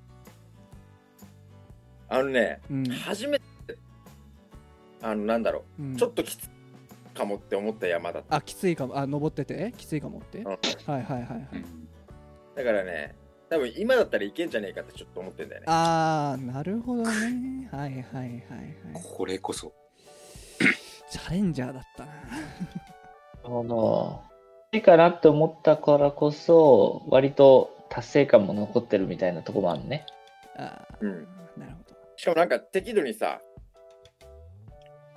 Speaker 4: あのね
Speaker 3: うん、
Speaker 4: 初めてあのなんだろ
Speaker 3: うん
Speaker 4: うちょっときついかもって思った山だった
Speaker 3: あきついかもあ登っててきついかもって、
Speaker 4: ん
Speaker 3: はいはいはいはい、
Speaker 2: うん
Speaker 4: だからね多分今だったらいけんじゃねえかってちょっと思ってんだよね
Speaker 3: あーなるほどねはいはいはいはい
Speaker 2: これこそ
Speaker 3: チャレンジャーだったな
Speaker 1: なるほど。いいかなって思ったからこそ、割と達成感も残ってるみたいなとこもあるね。
Speaker 3: あ
Speaker 4: うん
Speaker 3: ーなるほど
Speaker 4: しかもなんか適度にさ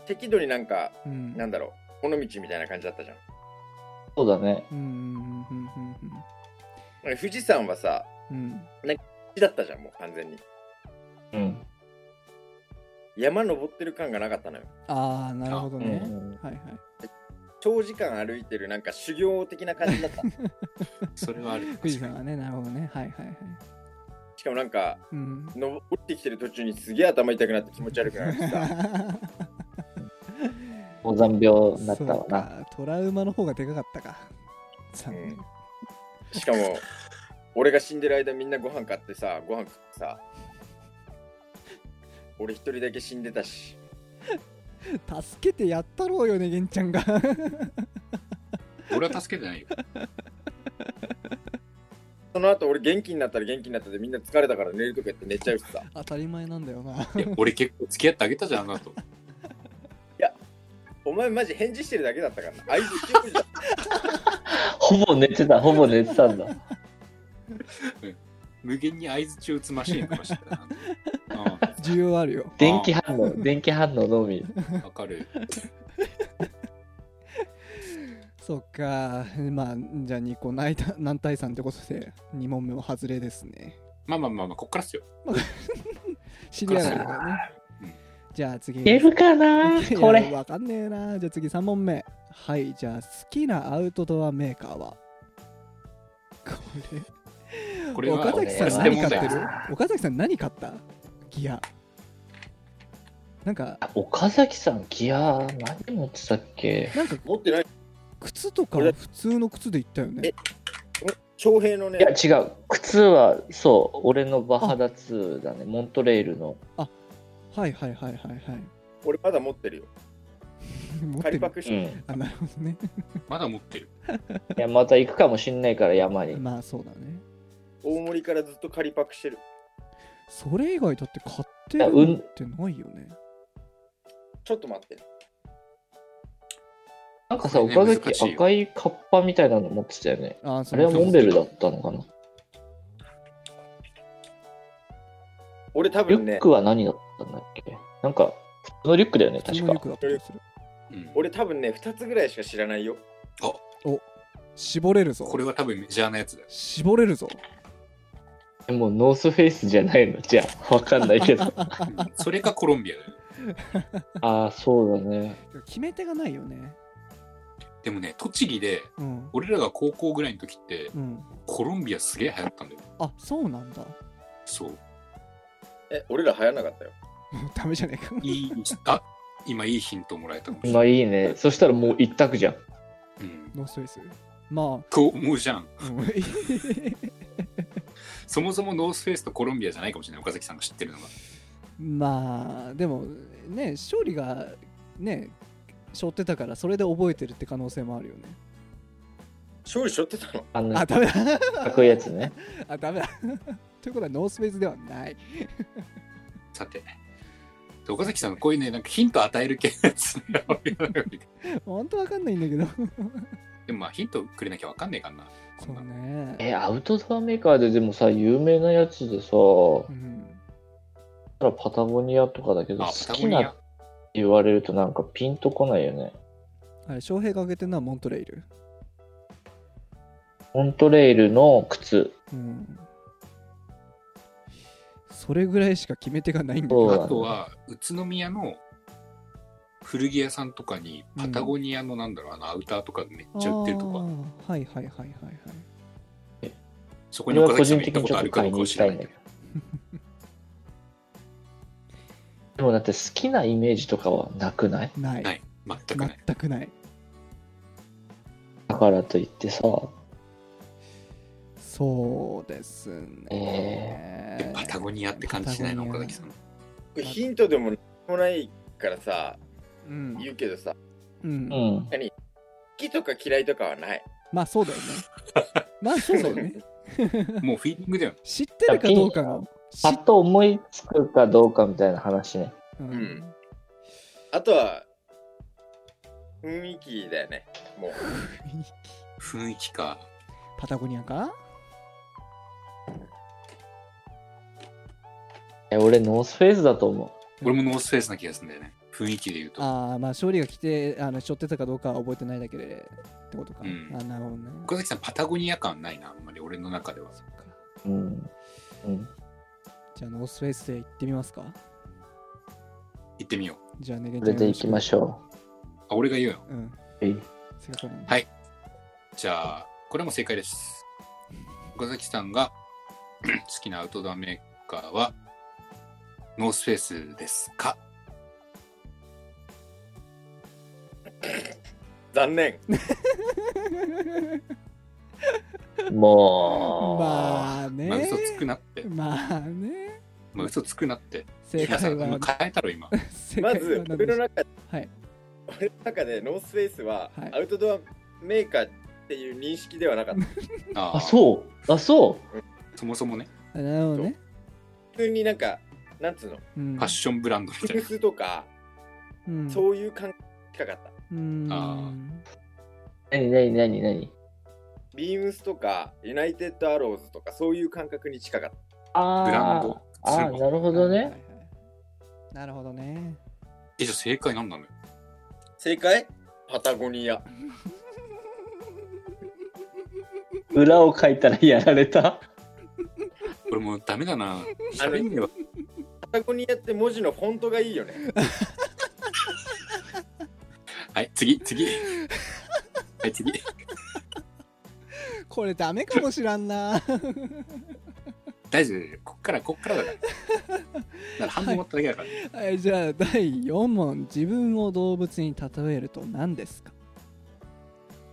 Speaker 4: 適度になんか
Speaker 3: うん
Speaker 4: なんだろう尾道みたいな感じだったじゃん
Speaker 1: そうだね。
Speaker 3: うんうんうんうん
Speaker 4: なんか富士山はさ
Speaker 3: うんうん
Speaker 4: なんかだったじゃん、もう完全に。
Speaker 1: うん。
Speaker 4: 山登ってる感がなかったのよ。
Speaker 3: ああ、なるほどね。
Speaker 1: うん
Speaker 3: はいはい。
Speaker 4: 長時間歩いてるなんか修行的な感じだ った。
Speaker 2: それはある。
Speaker 3: 富士山はね、なるほどね。はいはいはい。
Speaker 4: しかもなんか、
Speaker 3: うん。
Speaker 4: 登ってきてる途中にすげえ頭痛くなって気持ち悪く なってきた。
Speaker 1: 高山病になった
Speaker 3: そ
Speaker 1: わ
Speaker 3: う
Speaker 1: な。
Speaker 3: かトラウマの方がでかかったか。残念
Speaker 4: しかも、俺が死んでる間みんなご飯買ってさ、ご飯食ってさ。俺一人だけ死んでたし。
Speaker 3: 助けてやったろうよね、げんちゃんが。
Speaker 2: 俺は助けてないよ。
Speaker 4: その後俺元気になったら元気になったでみんな疲れたから寝るとか言って寝ちゃうしさ。
Speaker 3: 当たり前なんだよな。
Speaker 2: いや、俺結構付き合ってあげたじゃん、あの後。
Speaker 4: お前マジ返事してるだけだったからな。相槌よりだ
Speaker 1: ほぼ寝てた、ほぼ寝てた んだ。
Speaker 2: 無限に相槌を打つマシーンありましたからな。あ
Speaker 3: 需要あるよ。
Speaker 1: 電気反 応、電気反応のみ。
Speaker 2: あ、わかる。
Speaker 3: そっか。まあ、じゃあ、2個ないた何対3ってことで、2問目も外れですね。
Speaker 2: まあまあまあまあ、こっからっすよ。
Speaker 3: 知り合いだからね
Speaker 2: うん。
Speaker 3: じゃあ次。
Speaker 1: いけるかない
Speaker 3: や
Speaker 1: これ。
Speaker 3: わかんねえな。じゃあ次3問目。はい、じゃあ好きなアウトドアメーカーはこ
Speaker 2: こ
Speaker 3: れ。
Speaker 2: れは、
Speaker 3: 岡
Speaker 1: これ
Speaker 3: 崎さん
Speaker 1: これ
Speaker 3: 何買って
Speaker 2: 問題
Speaker 3: る岡崎さん何買ったギア。なんか、
Speaker 1: 岡崎さん、ギア、何持ってたっけ
Speaker 3: なんか
Speaker 4: 持ってない。
Speaker 3: 靴とか
Speaker 4: これ
Speaker 3: 普通の靴で行ったよね
Speaker 4: え。徴兵のね
Speaker 1: い、や、違う。靴は、そう、俺のバハダ2だね。モントレイルの。
Speaker 3: はいはいはいはいはい。
Speaker 4: 俺まだ持ってるよ。
Speaker 3: 持って
Speaker 4: 仮パ
Speaker 3: る。
Speaker 4: ク し
Speaker 1: うん。
Speaker 4: て。
Speaker 1: い
Speaker 3: あ、なるほどね。
Speaker 2: まだ持ってる。
Speaker 1: や、また行くかもしんないから、山に。
Speaker 3: まあそうだね。
Speaker 4: 大森からずっと仮パクしてる。
Speaker 3: それ以外だって買ってるのってないよね。
Speaker 4: ちょっと待って。
Speaker 1: なんかさ、
Speaker 2: これね
Speaker 1: 岡
Speaker 2: 難しい
Speaker 1: 崎
Speaker 2: よ
Speaker 1: 赤いカッパみたいなの持ってたよね。
Speaker 3: あ、そ
Speaker 1: あれは
Speaker 3: うそう
Speaker 1: モンベルだったのかな
Speaker 4: 俺多
Speaker 1: リ
Speaker 4: 分
Speaker 1: ュッ
Speaker 4: ね、
Speaker 1: クは何だったんだっけなんか、普通のリュックだよね、
Speaker 3: 普通
Speaker 1: 確
Speaker 3: のリュッ
Speaker 1: か
Speaker 3: ク。だったりする。
Speaker 2: うん、
Speaker 4: 俺多分ね、2つぐらいしか知らないよ。
Speaker 3: 絞れるぞ。
Speaker 2: これは多分メジャーなやつだよ。
Speaker 3: 絞れるぞ。
Speaker 1: えもうノースフェイスじゃないの じゃあ、わかんないけど。
Speaker 2: うんそれかコロンビアだよ。
Speaker 1: ああ、そうだね。
Speaker 3: 決め手がないよね。
Speaker 2: でもね、栃木で、
Speaker 3: うん。
Speaker 2: 俺らが高校ぐらいの時って、
Speaker 3: うん。
Speaker 2: コロンビアすげえ流行ったんだよ。
Speaker 3: あ、そうなんだ。も
Speaker 2: そう。
Speaker 4: え、俺ら流行んなかったよ。
Speaker 3: うダメじゃねえか。
Speaker 2: いい、あ、今いいヒントもらえたかもしれ
Speaker 1: ま
Speaker 2: な
Speaker 1: あ
Speaker 2: い。
Speaker 1: いいね。そしたらもう一択じゃん。
Speaker 2: うん。
Speaker 3: ノースフェイス。ま
Speaker 2: と思うじゃん。
Speaker 3: あ、うん
Speaker 2: そもそもノースフェイスとコロンビアじゃないかもしれない。岡崎さんが知ってるのが。
Speaker 3: まあ、でも、ね、勝利が、ね、背負ってたから、それで覚えてるって可能性もあるよね。
Speaker 4: 勝利しょってたの
Speaker 1: あの
Speaker 3: あ、、ダメだ。
Speaker 1: かっこいいやつね。
Speaker 3: あ、ダメだ。 ということは、ノースフェイスではない。
Speaker 2: さて。で岡崎さん、こういうね、なんかヒント与える系のやつね
Speaker 3: 本当わかんないんだけど。
Speaker 2: でもまあヒントくれなきゃわかんねえかな。
Speaker 3: そうね。
Speaker 1: え、アウトドアメーカーででもさ、有名なやつでさ、
Speaker 3: うん。
Speaker 1: たらパタゴニアとかだけど、
Speaker 2: あ、
Speaker 1: 好
Speaker 2: パタ
Speaker 1: き
Speaker 2: ゴニ
Speaker 1: なっ
Speaker 2: ア
Speaker 1: て。言われるとなんかピンとこないよね。
Speaker 3: あれ、翔平が挙げてるのはモントレイル。
Speaker 1: モントレイルの靴。
Speaker 3: うん。それぐらいしか決め手がないんだけ
Speaker 1: そう
Speaker 3: ど。
Speaker 1: だね
Speaker 2: あとは、宇都宮の古着屋さんとかに、パタゴニアのなんだろう、あのアウターとかめっちゃ売ってると
Speaker 3: あ
Speaker 2: か、
Speaker 3: ーはいはいはいはいはい。
Speaker 2: そこ
Speaker 1: こ
Speaker 2: に
Speaker 1: れは
Speaker 2: 岡
Speaker 1: 個
Speaker 2: 崎さん
Speaker 1: 人
Speaker 2: が
Speaker 1: 的にちょっ
Speaker 2: 行ったことあ
Speaker 1: と
Speaker 2: るか
Speaker 1: 買いうに
Speaker 2: どかは
Speaker 1: 行き
Speaker 2: 知
Speaker 1: た
Speaker 2: ら
Speaker 1: い
Speaker 2: なんい
Speaker 1: だ
Speaker 2: け
Speaker 1: け
Speaker 2: ど
Speaker 1: ど。 でもだって好きなイメージとかはなくない
Speaker 3: ない。
Speaker 2: ない。全くない。
Speaker 3: 全くない。
Speaker 1: だからといってさ、
Speaker 3: そうですね。
Speaker 2: でパタゴニアって感じしないの、
Speaker 3: パタ
Speaker 2: 岡
Speaker 3: ゴニア
Speaker 2: 崎さん。
Speaker 4: ヒントでももないからさ、
Speaker 3: うん。
Speaker 4: 言うけどさ、
Speaker 3: うん
Speaker 1: う。ん。
Speaker 4: 好きとか嫌いとかはない。
Speaker 3: まあそうだよね。まあそうだよね。
Speaker 2: もうフィーリングだよね。
Speaker 3: 知ってるかどうかの。知
Speaker 1: パ
Speaker 3: っ
Speaker 1: ッと思いつくかどうかみたいな話ね。
Speaker 3: う
Speaker 4: うんん。 あとは、雰囲気だよね。もう、
Speaker 2: 雰囲気か。
Speaker 3: パタゴニアか
Speaker 1: え、俺ノースフェイスだと思
Speaker 2: 俺もノースフェイスな気がするんだよね。雰囲気で言うと。
Speaker 3: ああ、まあ勝利が来て、あの、しょってたかどうかは覚えてないだけでってことか。
Speaker 2: うん
Speaker 3: あなるほどね。
Speaker 2: 岡崎さん、パタゴニア感ないな、あんまり俺の中では。
Speaker 3: そっか
Speaker 1: う。うん。うん。
Speaker 3: じゃあノースフェイスで行ってみますか
Speaker 2: 行ってみよう。
Speaker 3: じゃあねげ
Speaker 1: そ
Speaker 3: んちゃ
Speaker 1: れ
Speaker 3: ん
Speaker 1: で行きましょ
Speaker 2: あ、俺が言うよ。
Speaker 3: ううん
Speaker 1: う。はい
Speaker 3: せっかくなんで
Speaker 2: はいじゃあ、これも正解です。岡崎さんが 好きなアウトドアメーカーは、ノースフェイスですか
Speaker 4: 残念。
Speaker 1: もう、
Speaker 3: まあね
Speaker 2: まあ、嘘つくなって。
Speaker 3: まあね
Speaker 2: まあ、嘘つくなって。
Speaker 3: 正
Speaker 2: いやさ
Speaker 3: 解
Speaker 2: も
Speaker 3: は
Speaker 2: う変えたろ、今。
Speaker 3: 正
Speaker 4: ま
Speaker 3: 解
Speaker 4: ず
Speaker 3: は、何
Speaker 4: 俺
Speaker 3: でしょ
Speaker 4: の
Speaker 3: う
Speaker 4: 中で、
Speaker 3: はい
Speaker 4: 俺の中でノースフェイスは
Speaker 3: はい
Speaker 4: アウトドアメーカーっていう認識ではなかった。
Speaker 2: あ
Speaker 1: あ、そう。あ、そ
Speaker 2: そもそもね、
Speaker 3: なるほどね
Speaker 4: 普通になんか、なんつうの、
Speaker 3: うん
Speaker 2: ファッションブランドみたい
Speaker 4: ル
Speaker 2: な。
Speaker 4: スとか、
Speaker 3: うん
Speaker 4: そういう感じ近かった。
Speaker 3: うん
Speaker 2: あ
Speaker 1: う。なになになになに
Speaker 4: ビームスとか、ユナイテッドアローズとか、そういう感覚に近かった。
Speaker 1: あー
Speaker 2: ブランド。
Speaker 1: あーなるほど
Speaker 3: はいは
Speaker 1: ね。
Speaker 3: いはいなるほどね
Speaker 2: え、じゃあ正解なんなのよ。
Speaker 4: 正解パタゴニア。
Speaker 1: 裏を書いたらやられた。
Speaker 2: 俺もうダメだな。喋んねえわ。
Speaker 4: パタゴニアって文字のフォントがいいよね。
Speaker 2: はい、次、次。はい、次。
Speaker 3: これダメかもしらんな
Speaker 2: 大丈夫大丈夫。こっから、こっからだから。だから半分持っただけだから。
Speaker 3: はいじゃあ第4問自分を動物に例えると何ですか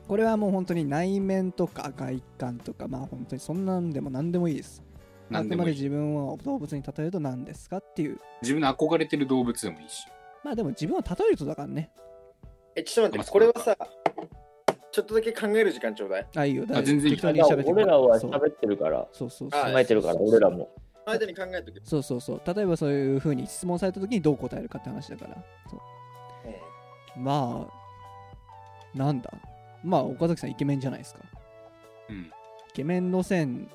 Speaker 3: これはもう本当に内面とか外観とかまあ本当にそんなんでも何でもいいですあ
Speaker 2: なん
Speaker 3: く
Speaker 2: で
Speaker 3: ま
Speaker 2: も
Speaker 3: で
Speaker 2: いい。
Speaker 3: 自分を動物に例えると何ですかっていう
Speaker 2: 自分の憧れてる動物でもいいし。
Speaker 3: まあでも自分を例えるとだからね
Speaker 4: え、ちょっと待って、これはさ、ちょっとだけ考える時間ちょうだい。
Speaker 3: あいいよ大丈夫
Speaker 2: 全然いい
Speaker 3: 適当に喋ってくれ
Speaker 1: 俺らは
Speaker 3: そう
Speaker 1: 喋ってるから、
Speaker 3: そうそうそう
Speaker 4: あ
Speaker 1: 考えてるから、俺らも。
Speaker 4: 間に考えとけ。
Speaker 3: そうそうそう例えばそういうふうに質問された時にどう答えるかって話だからそうまあなんだまあ岡崎さんイケメンじゃないですか
Speaker 2: うん。
Speaker 3: イケメン路線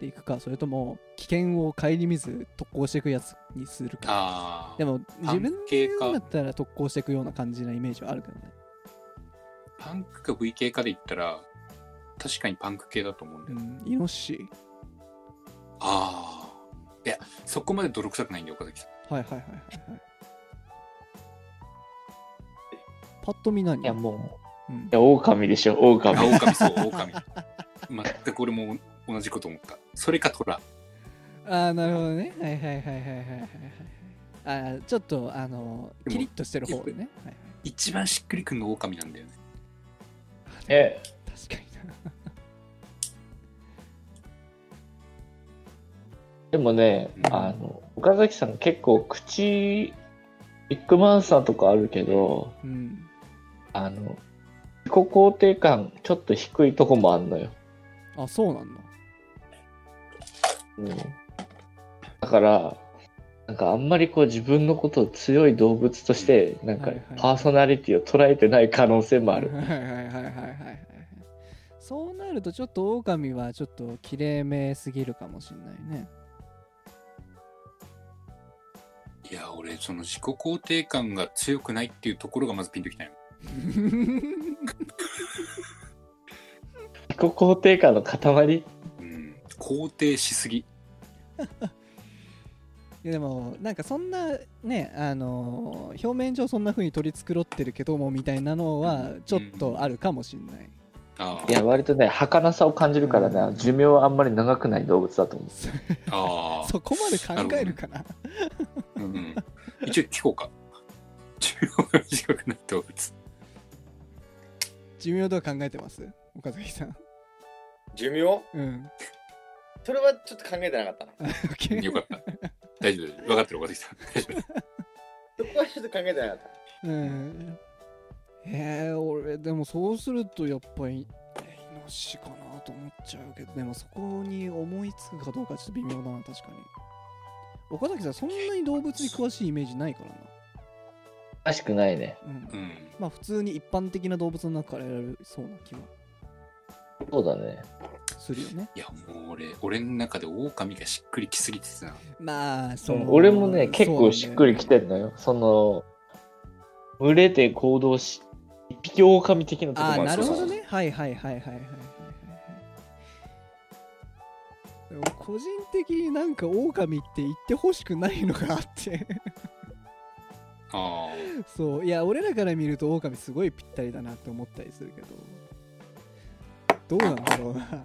Speaker 3: で行くかそれとも危険を顧みず特攻していくやつにするか
Speaker 2: ああ。
Speaker 3: でも
Speaker 2: パ
Speaker 3: 自
Speaker 2: ン
Speaker 3: 分
Speaker 2: 系か
Speaker 3: だったら特攻していくような感じなイメージはあるけどね
Speaker 2: パンクか V 系かで言ったら、確かにパンク系だと思うんだ
Speaker 3: う
Speaker 2: よ。
Speaker 3: んイノシシ
Speaker 2: ああ。いや、そこまで泥臭くないんだよ、岡崎さん。
Speaker 3: はいはいはいはいはいパッと見何
Speaker 1: いや、も
Speaker 3: う
Speaker 1: う、
Speaker 3: ん
Speaker 1: い、や、狼でしょ、狼。
Speaker 2: あ、狼、そう、狼。全く俺も同じこと思った。それか虎。
Speaker 3: ああなるほどねはいはいはいはいはいはいはいあーちょっとあの
Speaker 2: でも
Speaker 3: キリッとしてる方でね、はいはい、
Speaker 2: 一番しっくりくんの狼なんだよね。
Speaker 1: え、
Speaker 3: 確かにな
Speaker 1: でもね
Speaker 2: う、ん
Speaker 1: あの、岡崎さん結構口、ビッグマンさんとかあるけど、
Speaker 3: うん
Speaker 1: あの、自己肯定感ちょっと低いとこもあんのよ。
Speaker 3: あそうなんだ
Speaker 1: うん、だから、なんかあんまりこう自分のことを強い動物として、なん
Speaker 3: は
Speaker 1: か
Speaker 3: いはい
Speaker 1: パーソナリティを捉えてない可能性もある。
Speaker 3: はいはいはいはいはいはいそうなるとちょっと狼はちょっときれいめすぎるかもしんないね
Speaker 2: いや、俺、その自己肯定感が強くないっていうところがまずピンときたよ。
Speaker 1: 自己肯定感の塊
Speaker 2: うん。肯定しすぎ。
Speaker 3: いやでもなんかそんなねあのー表面上そんな風に取り繕ってるけどもみたいなのはちょっとあるかもしんない、
Speaker 2: あ
Speaker 1: いや、割とね、儚さを感じるからね、寿命はあんまり長くない動物だと思う。
Speaker 3: そ
Speaker 2: あ。ああ。
Speaker 3: そこまで考えるかな
Speaker 2: うん。一応聞こうか。寿命が短くない動物。
Speaker 3: 寿命とか考えてます岡崎さん
Speaker 4: 寿命
Speaker 3: うん
Speaker 4: それはちょっと考えてなかったな。
Speaker 2: よかった。大丈夫。分かってる、分かってきた。大丈
Speaker 4: そこはちょっと考えてなかった。
Speaker 3: うんえー、俺でもそうするとやっぱりえーイノシシかなと思っちゃうけどでもそこに思いつくかどうかちょっと微妙だな確かに岡崎さんそんなに動物に詳しいイメージないからな
Speaker 1: らしくないね。
Speaker 3: うん
Speaker 2: 夫。うん。
Speaker 3: まあ普通に一般的な動物の中から選べそうな気は
Speaker 1: そうだね。
Speaker 3: するよね
Speaker 2: いや、もう俺、俺の中で狼がしっくりきすぎてさ。
Speaker 3: まあそ
Speaker 1: うん
Speaker 3: の
Speaker 1: 俺もね、結構しっくり
Speaker 3: き
Speaker 1: きてんのよ。その、群れて行動し、一匹狼的なとこ
Speaker 3: あ
Speaker 1: も
Speaker 3: あ
Speaker 1: ある
Speaker 3: なるほど
Speaker 1: そう
Speaker 3: ねはいはいはいはいはいはいはいでも個人的になんか狼って言ってほしくないのがあって
Speaker 2: あー
Speaker 3: そういや俺らから見ると狼すごいぴったりだなって思ったりするけどどうなんだろうな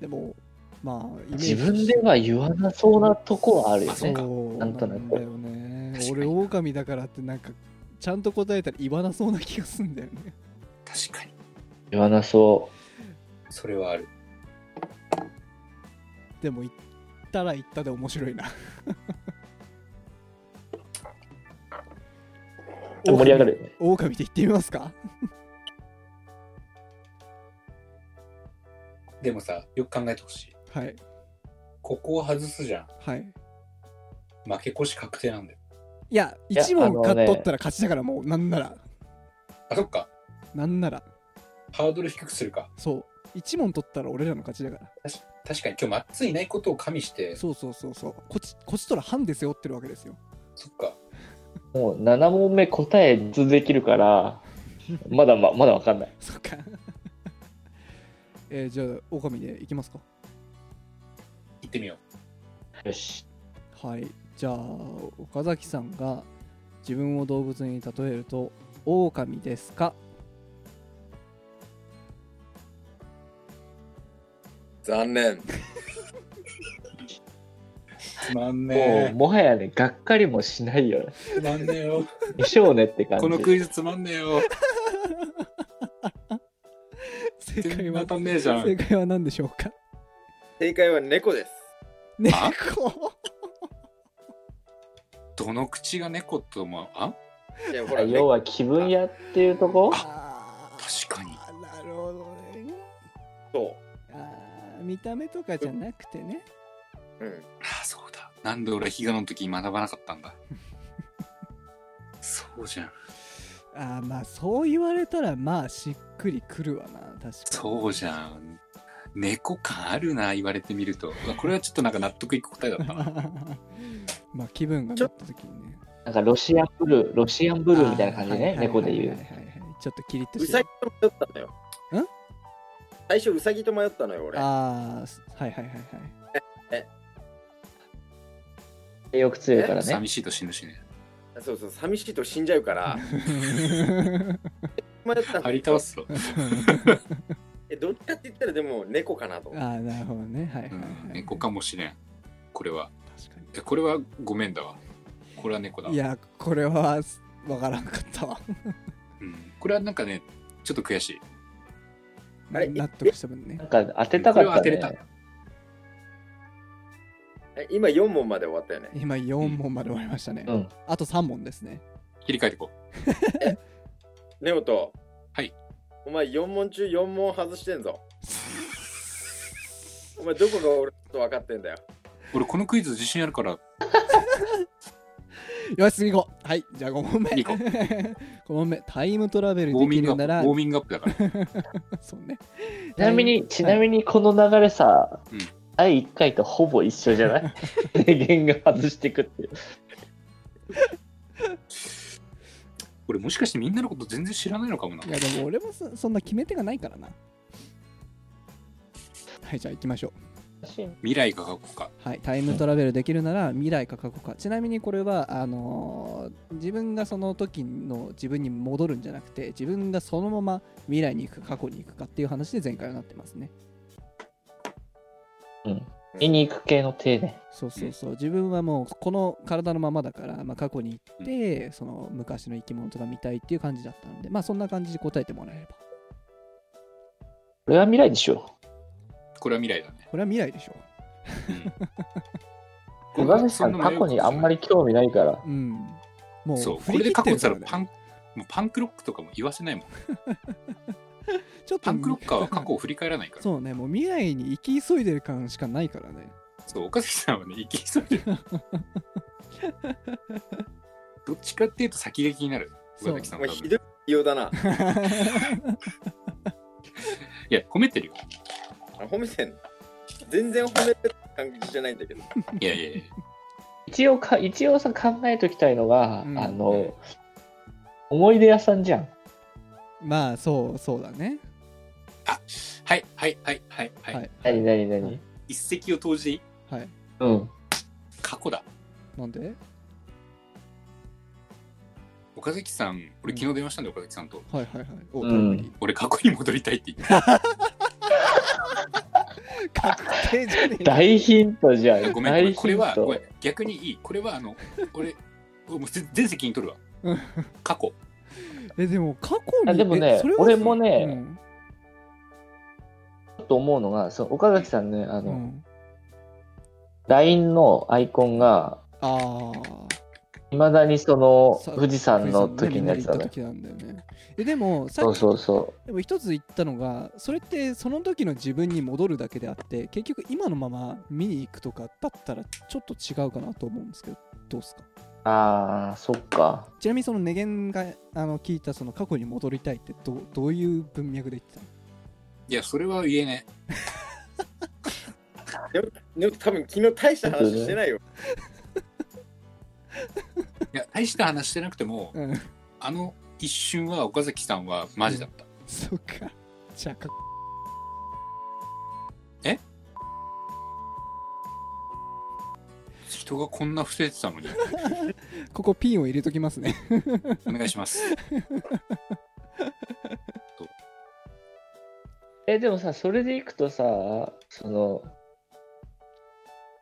Speaker 3: でもまあイメージ
Speaker 1: 自分では言わなそうなとこはあるよ
Speaker 2: あそう
Speaker 1: ね
Speaker 2: か。
Speaker 3: そう
Speaker 1: なんとなく
Speaker 3: んだよね
Speaker 2: 確かに
Speaker 3: 俺狼だからってなんかちゃんと答えたら言わなそうな気がすんだよね
Speaker 2: 確かに
Speaker 1: 言わなそ
Speaker 2: それはある
Speaker 3: でも言ったら言ったで面白 いな
Speaker 1: う。盛り上がるよね。
Speaker 3: 狼って言ってみますか
Speaker 2: でもさよく考えてほしい
Speaker 3: はい
Speaker 2: ここを外すじゃん
Speaker 3: はい
Speaker 2: 負け越し確定なんだよ
Speaker 3: いや
Speaker 1: や
Speaker 3: 1
Speaker 1: あ
Speaker 3: 問
Speaker 1: のね
Speaker 3: 勝っとったら勝ちだからもうなんなら
Speaker 2: あそっか
Speaker 3: なんなら
Speaker 2: ハードル低くするか
Speaker 3: そう1問取ったら俺らの勝ちだから
Speaker 2: 確かに今日マッツンいないことを加味してそ
Speaker 3: そうそうそうそうこっちこっちとら半で背負ってるわけですよ
Speaker 2: っか
Speaker 1: もう7問目答えずできるから、まだままだわかんない。
Speaker 3: そっか えーじゃあ狼でいきますか
Speaker 2: 行ってみよう
Speaker 1: よし。
Speaker 3: はいじゃあ岡崎さんが自分を動物に例えると狼ですか
Speaker 4: 残念。
Speaker 2: つまん
Speaker 1: もう
Speaker 2: ね
Speaker 1: もはやね、がっかりもしないよ。
Speaker 2: えつまんねえよ
Speaker 1: でしょうねって感じ。
Speaker 2: このクイズつまんねえよ
Speaker 3: 正
Speaker 2: 全
Speaker 3: 解
Speaker 2: 然
Speaker 3: は
Speaker 2: 当たんねえじゃん
Speaker 3: 正解は何でしょうか
Speaker 4: 正解は猫です。
Speaker 2: あ
Speaker 3: 猫
Speaker 2: どの口が猫ともあ
Speaker 4: いやほら、
Speaker 1: 要
Speaker 4: ね、
Speaker 1: は気分屋っていうとこ
Speaker 3: あー
Speaker 2: 確かに
Speaker 3: あなるほどね
Speaker 4: そ
Speaker 3: あー見た目とかじゃなくてね
Speaker 4: う。うん。
Speaker 2: ああそうだなんで俺はヒガの時に学ばなかったんだそうじゃん
Speaker 3: あーまあそう言われたらまあしっくりくるわな確かに
Speaker 2: そうじゃん猫感あるな言われてみるとうわこれはちょっとなんか納得いく答えだったな
Speaker 3: まあ気分が乗った時にね
Speaker 1: なんかロシアンブルー、ロシアンブルーみたいな感じ
Speaker 3: あー
Speaker 1: ね、猫で言
Speaker 3: はいは
Speaker 1: う。
Speaker 3: いはいはいちょっとキリッと
Speaker 4: う
Speaker 3: して
Speaker 4: さぎと迷ったのよ。
Speaker 3: ん
Speaker 4: 最初、うさぎと迷ったのよ、俺。
Speaker 3: ああはいはいはいはい
Speaker 1: 性欲強いからね
Speaker 2: 寂。しいと死ぬしね
Speaker 4: そうそう、寂しいと死んじゃうから。迷ったの
Speaker 2: 張り倒すぞ、
Speaker 4: え、どっちかって言ったら、でも、猫かなと
Speaker 3: あ。あなるほどねはいはいうはい、
Speaker 2: ん、猫かもしれんこれは
Speaker 3: 確か
Speaker 2: いやこれはごめんだわこれは猫だわ
Speaker 3: にいやこれはわからんかったわ
Speaker 2: うん、これはなんかねちょっと悔しい
Speaker 4: あれ
Speaker 3: 納得した分ね
Speaker 1: なんか当てたか
Speaker 2: これは
Speaker 1: った
Speaker 2: 当てれた
Speaker 1: ね。
Speaker 4: え今、4問まで終わったよね。
Speaker 3: 今4問まで終わりましたね、
Speaker 1: うん。
Speaker 3: あと3問ですね
Speaker 2: 切り替えていこ
Speaker 4: ネオと。
Speaker 2: はい。
Speaker 4: お前、4問中4問外してんぞ。お前、どこが俺と分かってんだよ。
Speaker 2: う俺このクイズ自信あるから
Speaker 3: よし次行こうはいじゃあ5問目
Speaker 2: 次 行こ
Speaker 3: 5問目タイムトラベ
Speaker 2: ウ
Speaker 3: ル
Speaker 2: ォー
Speaker 3: で
Speaker 2: ミン
Speaker 3: き
Speaker 2: グア
Speaker 3: る
Speaker 2: ップ
Speaker 3: な
Speaker 2: ウ
Speaker 3: ら
Speaker 2: ォーミングアップだから
Speaker 3: そうね
Speaker 1: ちなみに、ちなみにこの流れさ、
Speaker 2: うん
Speaker 1: 第1回とほぼ一緒じゃない 電源が外していくっていう。
Speaker 2: 俺もしかしてみんなのこと全然知らないのかもない
Speaker 3: やでも俺もそそんな決め手がないからなはいじゃあ行きましょう
Speaker 2: 未来が過去か
Speaker 3: はい、タイムトラベルできるなら未来か過去かちなみにこれはあのー自分がその時の自分に戻るんじゃなくて自分がそのまま未来に行くか過去に行くかっていう話で前回はなってますね
Speaker 1: うん。見に行く系の手ね。
Speaker 3: そうそうそう自分はもうこの体のままだから、まあ、過去に行って、その昔の生き物とか見たいっていう感じだったんでまあそんな感じで答えてもらえれば
Speaker 1: これは未来でしょ。
Speaker 2: これは未来だね
Speaker 3: これは未来でしょ
Speaker 1: 小上さん、過去にあんまり興味ないから。
Speaker 3: うんもう
Speaker 2: そう
Speaker 3: 振
Speaker 2: これ
Speaker 3: り
Speaker 2: で
Speaker 3: 切
Speaker 2: 過
Speaker 3: って
Speaker 2: 去
Speaker 3: る
Speaker 2: に
Speaker 3: か
Speaker 2: た
Speaker 3: ら
Speaker 2: ら
Speaker 3: ね
Speaker 2: パンもうパンクロックとかも言わせないもん
Speaker 3: ちょっと
Speaker 2: パンクロッカーは過去を振り返らないからそう
Speaker 3: そうねもう未来に行き急いでる感しかないからね
Speaker 2: 岡崎さんは ね生き急いでるどっちかっていうと先が気になる
Speaker 3: そ
Speaker 2: 岡
Speaker 3: う
Speaker 2: 崎さ
Speaker 4: お
Speaker 2: んは
Speaker 4: 前、
Speaker 2: 多分
Speaker 4: ひどい利用だな。
Speaker 2: いや褒めてるよ
Speaker 4: あ褒めてんの全然褒めてる感じじゃないんだけど。
Speaker 2: いやいやいや
Speaker 1: 一応か、一応さ、考えときたいのが、
Speaker 3: うん
Speaker 1: あの、思い出屋さんじゃん。
Speaker 3: まあそうそうだね
Speaker 2: はいはいはいはいはい、
Speaker 3: はい
Speaker 1: なになになに
Speaker 2: 一石を投じていい
Speaker 3: はい
Speaker 1: うん。
Speaker 2: 過去だ
Speaker 3: なんで
Speaker 2: 岡崎さん俺昨日電話したんで岡崎さんと
Speaker 3: はいはいはいお、
Speaker 1: うん
Speaker 3: タイムリ
Speaker 2: 俺過去に戻りたいって言って
Speaker 3: ー確定じゃねえよ
Speaker 1: 大ヒントじゃ ん。
Speaker 2: ごめんごめ
Speaker 1: 大
Speaker 2: んこ
Speaker 1: ヒ
Speaker 2: れ
Speaker 1: ン
Speaker 2: はごめ
Speaker 1: ト
Speaker 2: ん。逆にいいこれはあの俺俺もう全全責任取る
Speaker 3: う
Speaker 2: わ
Speaker 3: ん
Speaker 2: 過去
Speaker 3: えでも過去に
Speaker 1: あでもね
Speaker 3: えそれは
Speaker 1: 俺もね
Speaker 3: うん
Speaker 1: ちょっと思うのが、その岡崎さんね、あ
Speaker 3: う
Speaker 1: の、
Speaker 3: ん
Speaker 1: LINE のアイコンが、
Speaker 3: あ
Speaker 1: いまだにそ
Speaker 3: あ
Speaker 1: の、富士山の時のやつだ
Speaker 3: ね
Speaker 1: ね。
Speaker 3: みんなで行った時なんだよねえでもさ
Speaker 1: そ
Speaker 3: っ
Speaker 1: う
Speaker 3: き
Speaker 1: そうそ
Speaker 3: でも一つ言ったのがそれってその時の自分に戻るだけであって結局今のまま見に行くとかだったらちょっと違うかなと思うんですけどどうですか
Speaker 1: う。ああ、そっか。
Speaker 3: ちなみにそのネゲンがあの聞いたその過去に戻りたいってどうどういう文脈で言ってたの
Speaker 2: いやそれは言えね
Speaker 4: でも多分昨日大した話してないよ。
Speaker 2: えいや大した話してなくても
Speaker 3: うん
Speaker 2: あの一瞬は岡崎さんはマジだった
Speaker 3: そっかじゃあか
Speaker 2: 人がこんな伏せてたのに
Speaker 3: ここピンを入れときますね
Speaker 2: お願いします
Speaker 1: え、でもさ、それでいくとさ、その、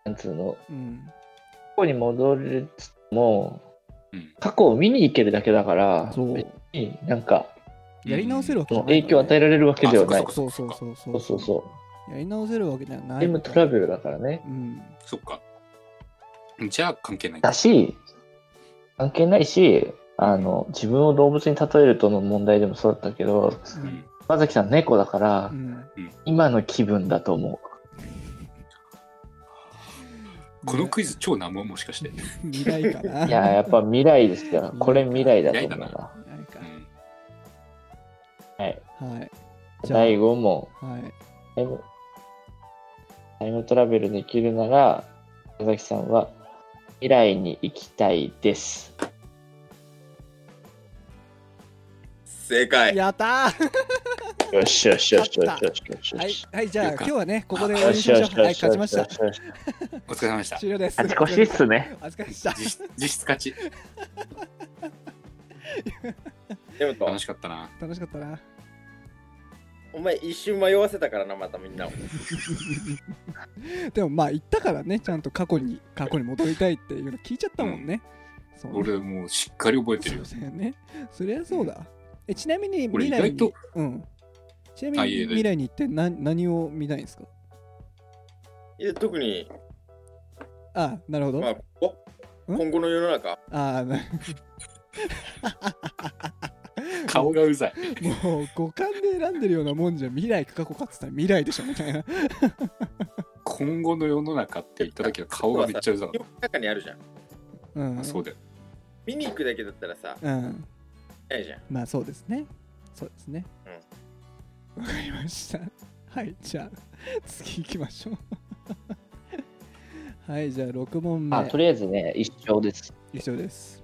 Speaker 1: なんつうの、
Speaker 3: うん
Speaker 1: 過去に戻るつっても、
Speaker 2: うん
Speaker 1: 過去を見に行けるだけだから、
Speaker 3: そう
Speaker 1: 別になんか、
Speaker 3: やり直せるわけ
Speaker 1: そ
Speaker 3: じゃ
Speaker 1: の
Speaker 3: ない
Speaker 1: 影響を与えられるわけではない
Speaker 2: あ。
Speaker 3: そうそうそうそ
Speaker 1: そう
Speaker 3: う
Speaker 1: そうそう。
Speaker 3: やり直せるわけじゃない
Speaker 1: タイムトラベルだからね。
Speaker 3: うん
Speaker 2: そっかじゃあ関係ない
Speaker 1: だし、関係ないし、あの、自分を動物に例えるとの問題でもそうだったけど、
Speaker 3: う
Speaker 2: うんん
Speaker 1: 岡崎さん猫だから
Speaker 3: う、ん
Speaker 1: 今の気分だと思
Speaker 2: このクイズ超難問もしかして、
Speaker 3: 未来かな
Speaker 1: う。いや、やっぱ未来ですから、これ未来だと思う
Speaker 2: 未来だ
Speaker 1: な。
Speaker 3: 未来か
Speaker 2: うん
Speaker 1: はい。
Speaker 3: はいじゃあ
Speaker 1: 第5問。
Speaker 3: はい
Speaker 1: タイムタイムトラベルできるなら、岡崎さんは、未来に行きたいです。
Speaker 4: 正解。
Speaker 3: やったー
Speaker 1: よしよしよしよしよしよしよ
Speaker 3: はい
Speaker 1: し。、
Speaker 3: はい、じゃあ
Speaker 2: よ
Speaker 3: 今
Speaker 2: か
Speaker 3: 日はね、ここで終わ
Speaker 1: よ
Speaker 3: りに
Speaker 1: し
Speaker 3: しま
Speaker 1: よ
Speaker 3: しょ
Speaker 1: し
Speaker 3: う。はい、
Speaker 1: よし
Speaker 3: 勝
Speaker 1: よ
Speaker 3: ちま
Speaker 1: し
Speaker 3: した
Speaker 1: よ。しよし。
Speaker 2: お疲れ様で した
Speaker 3: 終了です。
Speaker 1: あちこしっすね。
Speaker 3: お疲れ様でした。
Speaker 2: 実実質勝ち
Speaker 4: でもと
Speaker 2: 楽しかったな
Speaker 3: 楽しかったな。
Speaker 4: お前一瞬迷わせたからなまたみんなを。
Speaker 3: でもまあ言ったからね、ちゃんと過去に、過去に戻りたいっていうの聞いちゃったもんね。そうね。
Speaker 2: 俺もうしっかり覚えてるよ
Speaker 3: そうだよね。そりゃそうだ。え、ちなみに
Speaker 2: 俺
Speaker 3: 未
Speaker 2: 意
Speaker 3: 来
Speaker 2: 外
Speaker 3: に
Speaker 2: と、
Speaker 3: うん。ちなみ
Speaker 2: あ
Speaker 3: に
Speaker 2: いえいえ
Speaker 3: 未来に行って何何を見たいんですか
Speaker 4: いや特に
Speaker 3: あなるほど。
Speaker 4: まあこ
Speaker 3: ん
Speaker 4: 今後の世の中
Speaker 3: あな
Speaker 2: 顔がうざい
Speaker 3: もう五感で選んでるようなもんじゃ未来か過去かっつったら未来でしょみたいな。
Speaker 2: 今後の世の中って言っただけど顔がめっちゃうざかっ
Speaker 4: 世の中にあるじゃん。
Speaker 3: うん。
Speaker 2: たそうだよ
Speaker 4: 見に行くだけだったらさ
Speaker 3: うん。
Speaker 4: ないじゃん。
Speaker 3: まあそうですね。そうですね。わ、かりました。はい、じゃあ次行きましょう。 はい、じゃあ6問
Speaker 1: あ、
Speaker 3: 目
Speaker 1: と。りあえずね、一生です。
Speaker 3: 以上です。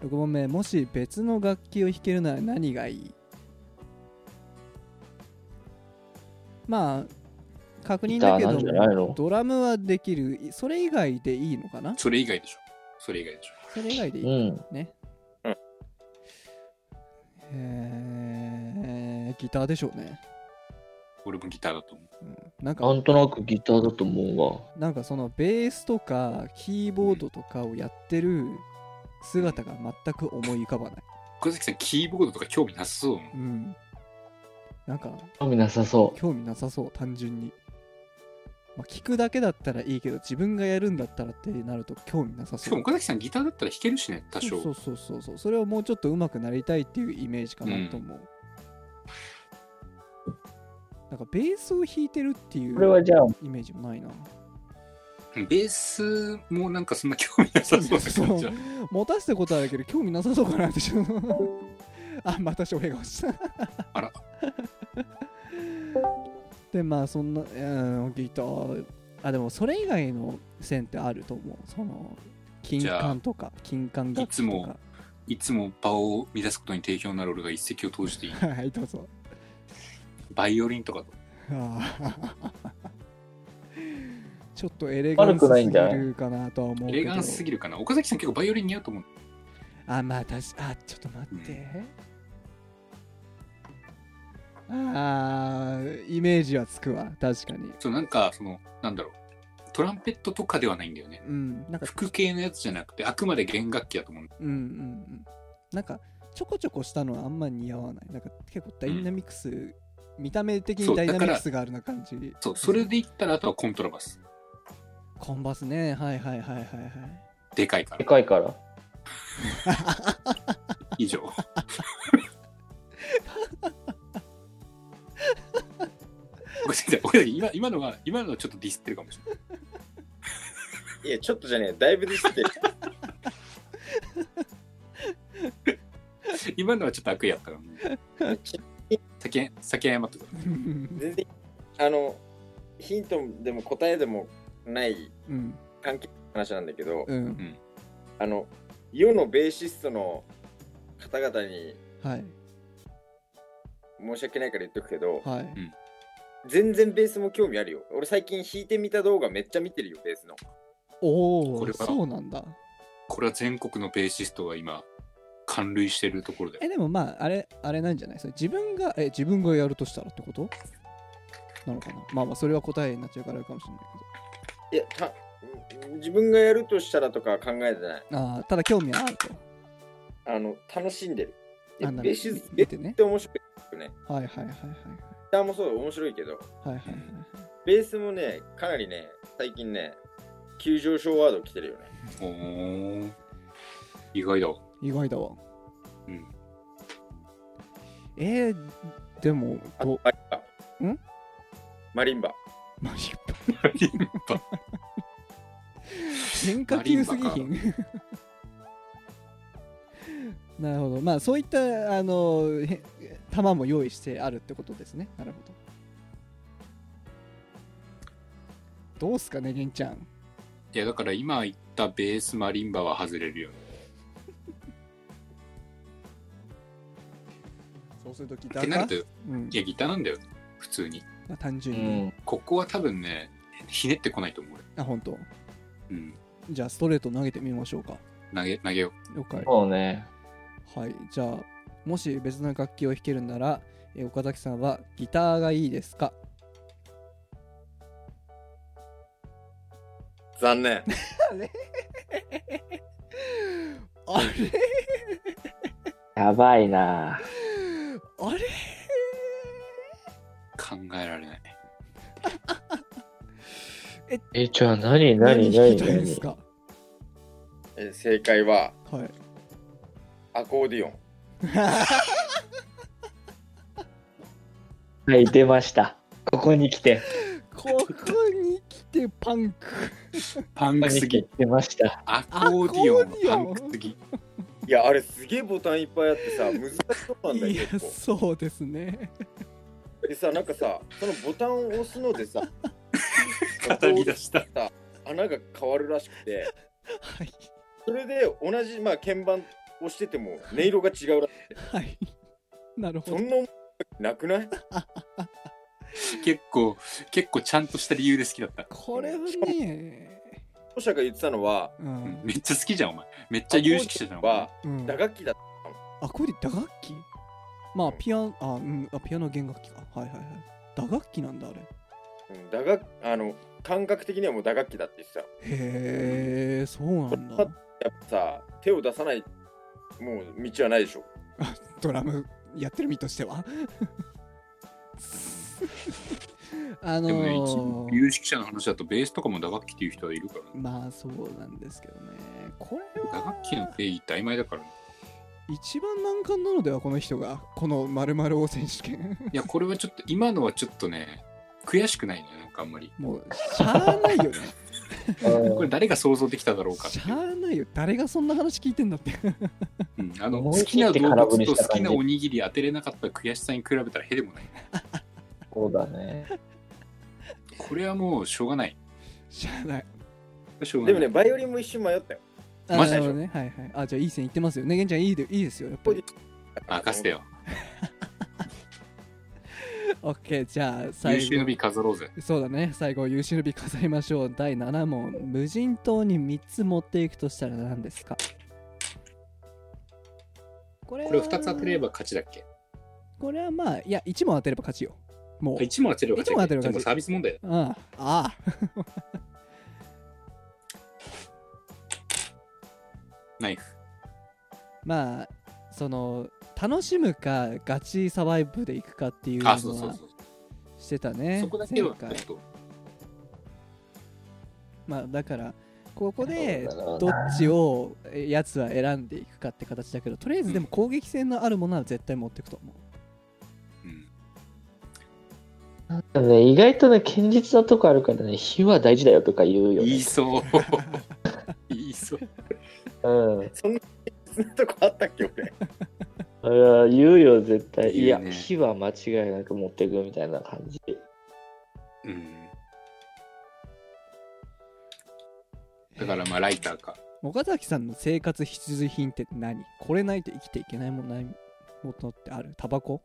Speaker 3: 6問目、もし別の楽器を弾けるなら何がいいまあ、確認
Speaker 1: ギ
Speaker 3: だ
Speaker 1: ター
Speaker 3: け
Speaker 1: なんじゃない
Speaker 3: ど、
Speaker 1: の
Speaker 3: ドラムはできる。いそれ以外でいいのかな
Speaker 2: それ以外でしょそれ以外でしょ
Speaker 3: それ以外でいい
Speaker 1: うん。
Speaker 3: ね。
Speaker 4: うん
Speaker 3: えー、ギターでしょうね。
Speaker 2: 俺もギターだと思う
Speaker 3: うんな
Speaker 1: な
Speaker 3: んか、
Speaker 1: んとなくギターだと思うわ。
Speaker 3: なんかそのベースとかキーボードとかをやってる姿が全く思い浮かばない。
Speaker 2: 岡崎さんキーボードとか興味なさそうだもん
Speaker 3: うん。なんか、
Speaker 1: 興味なさそう。
Speaker 3: 興味なさそう、単純に。まあ、聞くだけだったらいいけど、自分がやるんだったらってなると興味なさ
Speaker 2: し
Speaker 3: そ
Speaker 2: か
Speaker 3: う
Speaker 2: も。岡崎さんギターだったら弾けるしね多少
Speaker 3: そうそうそうそう。それをもうちょっと上手くなりたいっていうイメージかなと思う。なんかベースを弾いてるっていう。
Speaker 1: これはじゃあ、
Speaker 3: イメージもないな。
Speaker 2: ベースもなんかそんな興味なさそうな感じだ
Speaker 3: 持たせたことあるけど、興味なさそうかなってちょっと あ、また翔平が落ちた。
Speaker 2: あら
Speaker 3: で、まあ、そんな、うん、ギター、あ、でもそれ以外の線ってあると思う。その、金
Speaker 2: じゃあ
Speaker 3: 管とか、金管楽器
Speaker 2: いつ
Speaker 3: と
Speaker 2: も
Speaker 3: か。
Speaker 2: いつも場を乱すことに定評のある俺が一石を投じていい
Speaker 3: はい、どうぞ。
Speaker 2: バイオリンとかと
Speaker 3: あー ちょっとエレガンス
Speaker 1: 悪く
Speaker 3: す
Speaker 1: ないん
Speaker 3: ぎ
Speaker 1: じゃない
Speaker 3: るかなとは思う
Speaker 2: エ
Speaker 3: けど
Speaker 2: レガンスすぎるかな岡崎さん結構バイオリン似合うと思う
Speaker 3: あまあ確かあちょっと待って、あーイメージはつくわ確かに
Speaker 2: そうなんかそのなんだろうトランペットとかではないんだよね
Speaker 3: うんなんか
Speaker 2: 服系のやつじゃなくてあくまで弦楽器だと思う
Speaker 3: うんうんうんなんかちょこちょこしたのはあんま似合わないなんか結構ダイナミクス、見た目的にダイナミクスがあるな感じ
Speaker 2: そうそれで言ったらあとはコントラバス
Speaker 3: コンバスねはいはいはいはいはい
Speaker 2: でかいか
Speaker 1: で
Speaker 2: ら
Speaker 1: かいから。
Speaker 2: 以上ごめんなさい俺今今のは今のはちょっとディスってるかもしれない
Speaker 4: いや、ちょっとじゃねえ、だいぶでして、
Speaker 2: 今のはちょっと悪意やったから、ね、先先謝っとく
Speaker 4: 全然、あの、ヒントでも答えでもない
Speaker 3: うん
Speaker 4: 関係の話なんだけど、
Speaker 3: うん
Speaker 4: あの、世のベーシストの方々に
Speaker 3: はい
Speaker 4: 申し訳ないから言っとくけど、
Speaker 3: はい
Speaker 4: 全然ベースも興味あるよ。俺最近弾いてみた動画めっちゃ見てるよ、ベースの。
Speaker 3: お
Speaker 2: こ
Speaker 3: お
Speaker 2: れは
Speaker 3: そうなんだ
Speaker 2: これは全国のベーシストが今感類してるところで
Speaker 3: えでもまああれあれなんじゃないそれ自分がえ自分がやるとしたらってことなのかなまあまあそれは答えになっちゃうからあれかもしれない
Speaker 4: いや、た自分がやるとしたらとかは考えてない。
Speaker 3: けどああただ興味はあると
Speaker 4: あの、楽しんでる。いや
Speaker 3: あなるほど
Speaker 4: ベーシス
Speaker 3: 見
Speaker 4: ベース
Speaker 3: てね
Speaker 4: って面白いよね。
Speaker 3: はいはいはいはい
Speaker 4: ギターもそう、面白いけど、
Speaker 3: はいはいはいはい
Speaker 4: ベースもね、かなりね、最近ね、急上昇ワード来てるよね。
Speaker 2: おー意外だわ
Speaker 3: 意外だわ
Speaker 2: うん
Speaker 3: えー、でも
Speaker 4: あ
Speaker 3: ど
Speaker 4: マリンバ。
Speaker 3: ん
Speaker 4: マリンバ。
Speaker 3: マリンバ
Speaker 2: リンパ
Speaker 3: 変化球すぎひん なるほどまあそういったあのへ球も用意してあるってことですねなるほどどうすかね銀ちゃん
Speaker 2: いやだから今言ったベースマリンバは外れるよね
Speaker 3: そうするとギタ
Speaker 2: って
Speaker 3: ー
Speaker 2: な
Speaker 3: が
Speaker 2: るとい
Speaker 3: うん
Speaker 2: やギターなんだよ普通に
Speaker 3: まあ、単
Speaker 1: う
Speaker 3: 純に、
Speaker 1: ん。
Speaker 2: ここは多分ねひねってこないと思うよ
Speaker 3: あ本当
Speaker 2: うん
Speaker 3: じゃあストレート投げてみましょうか
Speaker 2: 投げ投げよ
Speaker 3: 了解
Speaker 1: そうね。
Speaker 3: はいじゃあもし別の楽器を弾けるならえー岡崎さんはギターがいいですか
Speaker 4: 残念。
Speaker 3: あれ
Speaker 1: やばいな
Speaker 3: あれ
Speaker 2: 考えられない
Speaker 1: え、じゃあ何、何、
Speaker 3: 弾
Speaker 1: 何、
Speaker 3: きたいで
Speaker 1: 何
Speaker 3: すか
Speaker 4: え正解は、
Speaker 3: はい
Speaker 4: アコーディオン。
Speaker 1: はい、出ました。ここに来て。
Speaker 3: ここに来てパンク
Speaker 2: パン
Speaker 1: ここ
Speaker 2: ク
Speaker 1: に来
Speaker 2: すぎ
Speaker 1: て出ました。
Speaker 2: アコーディオン
Speaker 3: ア
Speaker 2: はパ
Speaker 3: コーディオン
Speaker 2: ンクすぎ
Speaker 4: いや、あれすげえボタンいっぱいあってさ、難しそうなんだ
Speaker 3: い
Speaker 4: よ、
Speaker 3: や
Speaker 4: 結構。
Speaker 3: そうですね
Speaker 4: でさ、なんかさ、そのボタンを押すの でさ、
Speaker 2: 語り出した
Speaker 4: 穴が変わるらしくて、
Speaker 3: はい
Speaker 4: それで同じ、まあ、鍵盤押してても音色が違うらしい。
Speaker 3: はいなるほ
Speaker 4: そ
Speaker 3: ど
Speaker 4: んな思いなくない
Speaker 2: 結構結構ちゃんとした理由で好きだった、
Speaker 3: これはね
Speaker 4: 著者が言ってたのは、
Speaker 3: う
Speaker 2: うん
Speaker 3: ん、
Speaker 2: めっちゃ好きじゃんお前めっちゃ有識者じゃんお前
Speaker 4: は
Speaker 3: うん、
Speaker 4: 打楽器だっ
Speaker 3: あこれ打楽器まあピアノあうんあピアノ弦楽器かはいはいはい打楽器なんだあれ
Speaker 4: た。うん打楽あの感覚的にはもう打楽器だって言ってた。
Speaker 3: へえそうなんだ
Speaker 4: やっぱさ、手を出さない、もう道はないでしょ。
Speaker 3: ドラムやってる身としてはあの
Speaker 2: でもね、一
Speaker 3: ー
Speaker 2: 部有識者の話だとベースとかも打楽器っていう人はいるからね
Speaker 3: まあそうなんですけどねこれ
Speaker 2: 打
Speaker 3: は
Speaker 2: 楽器の定義って曖昧だからね
Speaker 3: 一番難関なのではこの人がこの〇〇王選手権
Speaker 2: いやこれはちょっと今のはちょっとね悔しくないねなんかあんまり
Speaker 3: もうしゃあないよね
Speaker 2: これ誰が想像できただろうかって
Speaker 3: し
Speaker 2: いう
Speaker 3: ゃあないよ誰がそんな話聞いてんだって
Speaker 2: うんあの
Speaker 1: 思
Speaker 2: 好
Speaker 1: い
Speaker 2: き
Speaker 1: 切っ
Speaker 2: な
Speaker 1: て
Speaker 2: 動
Speaker 1: 空振
Speaker 2: 物
Speaker 1: り
Speaker 2: と
Speaker 1: した感じ
Speaker 2: 好きなおにぎり当てれなかった悔しさに比べたらへでもない。
Speaker 1: そうだね。
Speaker 2: これはもうしょうがない。
Speaker 3: しゃあない
Speaker 2: しょうが
Speaker 4: で
Speaker 2: な
Speaker 4: も
Speaker 2: い
Speaker 4: ね、バイオリンも一瞬迷ったよ。
Speaker 3: あ
Speaker 2: マジ
Speaker 3: な
Speaker 2: で
Speaker 3: るほどねはいはいあじゃあいい線いってますよねげんちゃんいいでいいですよやっぱり
Speaker 2: 任せてよ。
Speaker 3: あオッケーじゃあ最
Speaker 2: 優秀の
Speaker 3: 後
Speaker 2: 美飾ろうぜ。
Speaker 3: そうだね最後優秀の美飾りましょう第7問無人島に3つ持っていくとしたら何ですかこれは
Speaker 2: これを2つ当てれば勝ちだっけ
Speaker 3: これはまあいや1問当てれば勝ちよもう
Speaker 2: ?1 問当てれば勝ちだっけ
Speaker 3: 一問当てれば
Speaker 2: じゃ
Speaker 3: 勝ち
Speaker 2: あもうサービス問題だ。
Speaker 3: あああ
Speaker 2: ナイフ。
Speaker 3: まあその楽しむかガチサバイブでいくかっていうの
Speaker 2: あ、そうそう
Speaker 3: は
Speaker 2: そう。
Speaker 3: してたね
Speaker 2: そこだけは、ちょ
Speaker 3: 前
Speaker 2: っ
Speaker 3: 回
Speaker 2: と。
Speaker 3: まあだからここで
Speaker 1: なるほど
Speaker 3: どっ
Speaker 1: な
Speaker 3: ちをえやつは選んでいくかって形だけどとりあえずでも攻撃性のあるものは絶対持っていくと思う
Speaker 2: うん
Speaker 1: でもね、意外とね、堅実なとこあるからね、火は大事だよとか言うよ、
Speaker 2: 言
Speaker 1: ね
Speaker 2: い。 そう。言いそう。
Speaker 1: うん。
Speaker 4: そんなとこあったっけ
Speaker 1: あ
Speaker 4: 俺
Speaker 1: れは言うよ、絶対。い
Speaker 2: 言
Speaker 1: や、
Speaker 2: うね
Speaker 1: 火は間違いなく持ってくみたいな感じ。
Speaker 2: うん。だからまあライターか。
Speaker 3: 岡崎さんの生活必需品って何これないと生きていけないもんないものってあるタバコ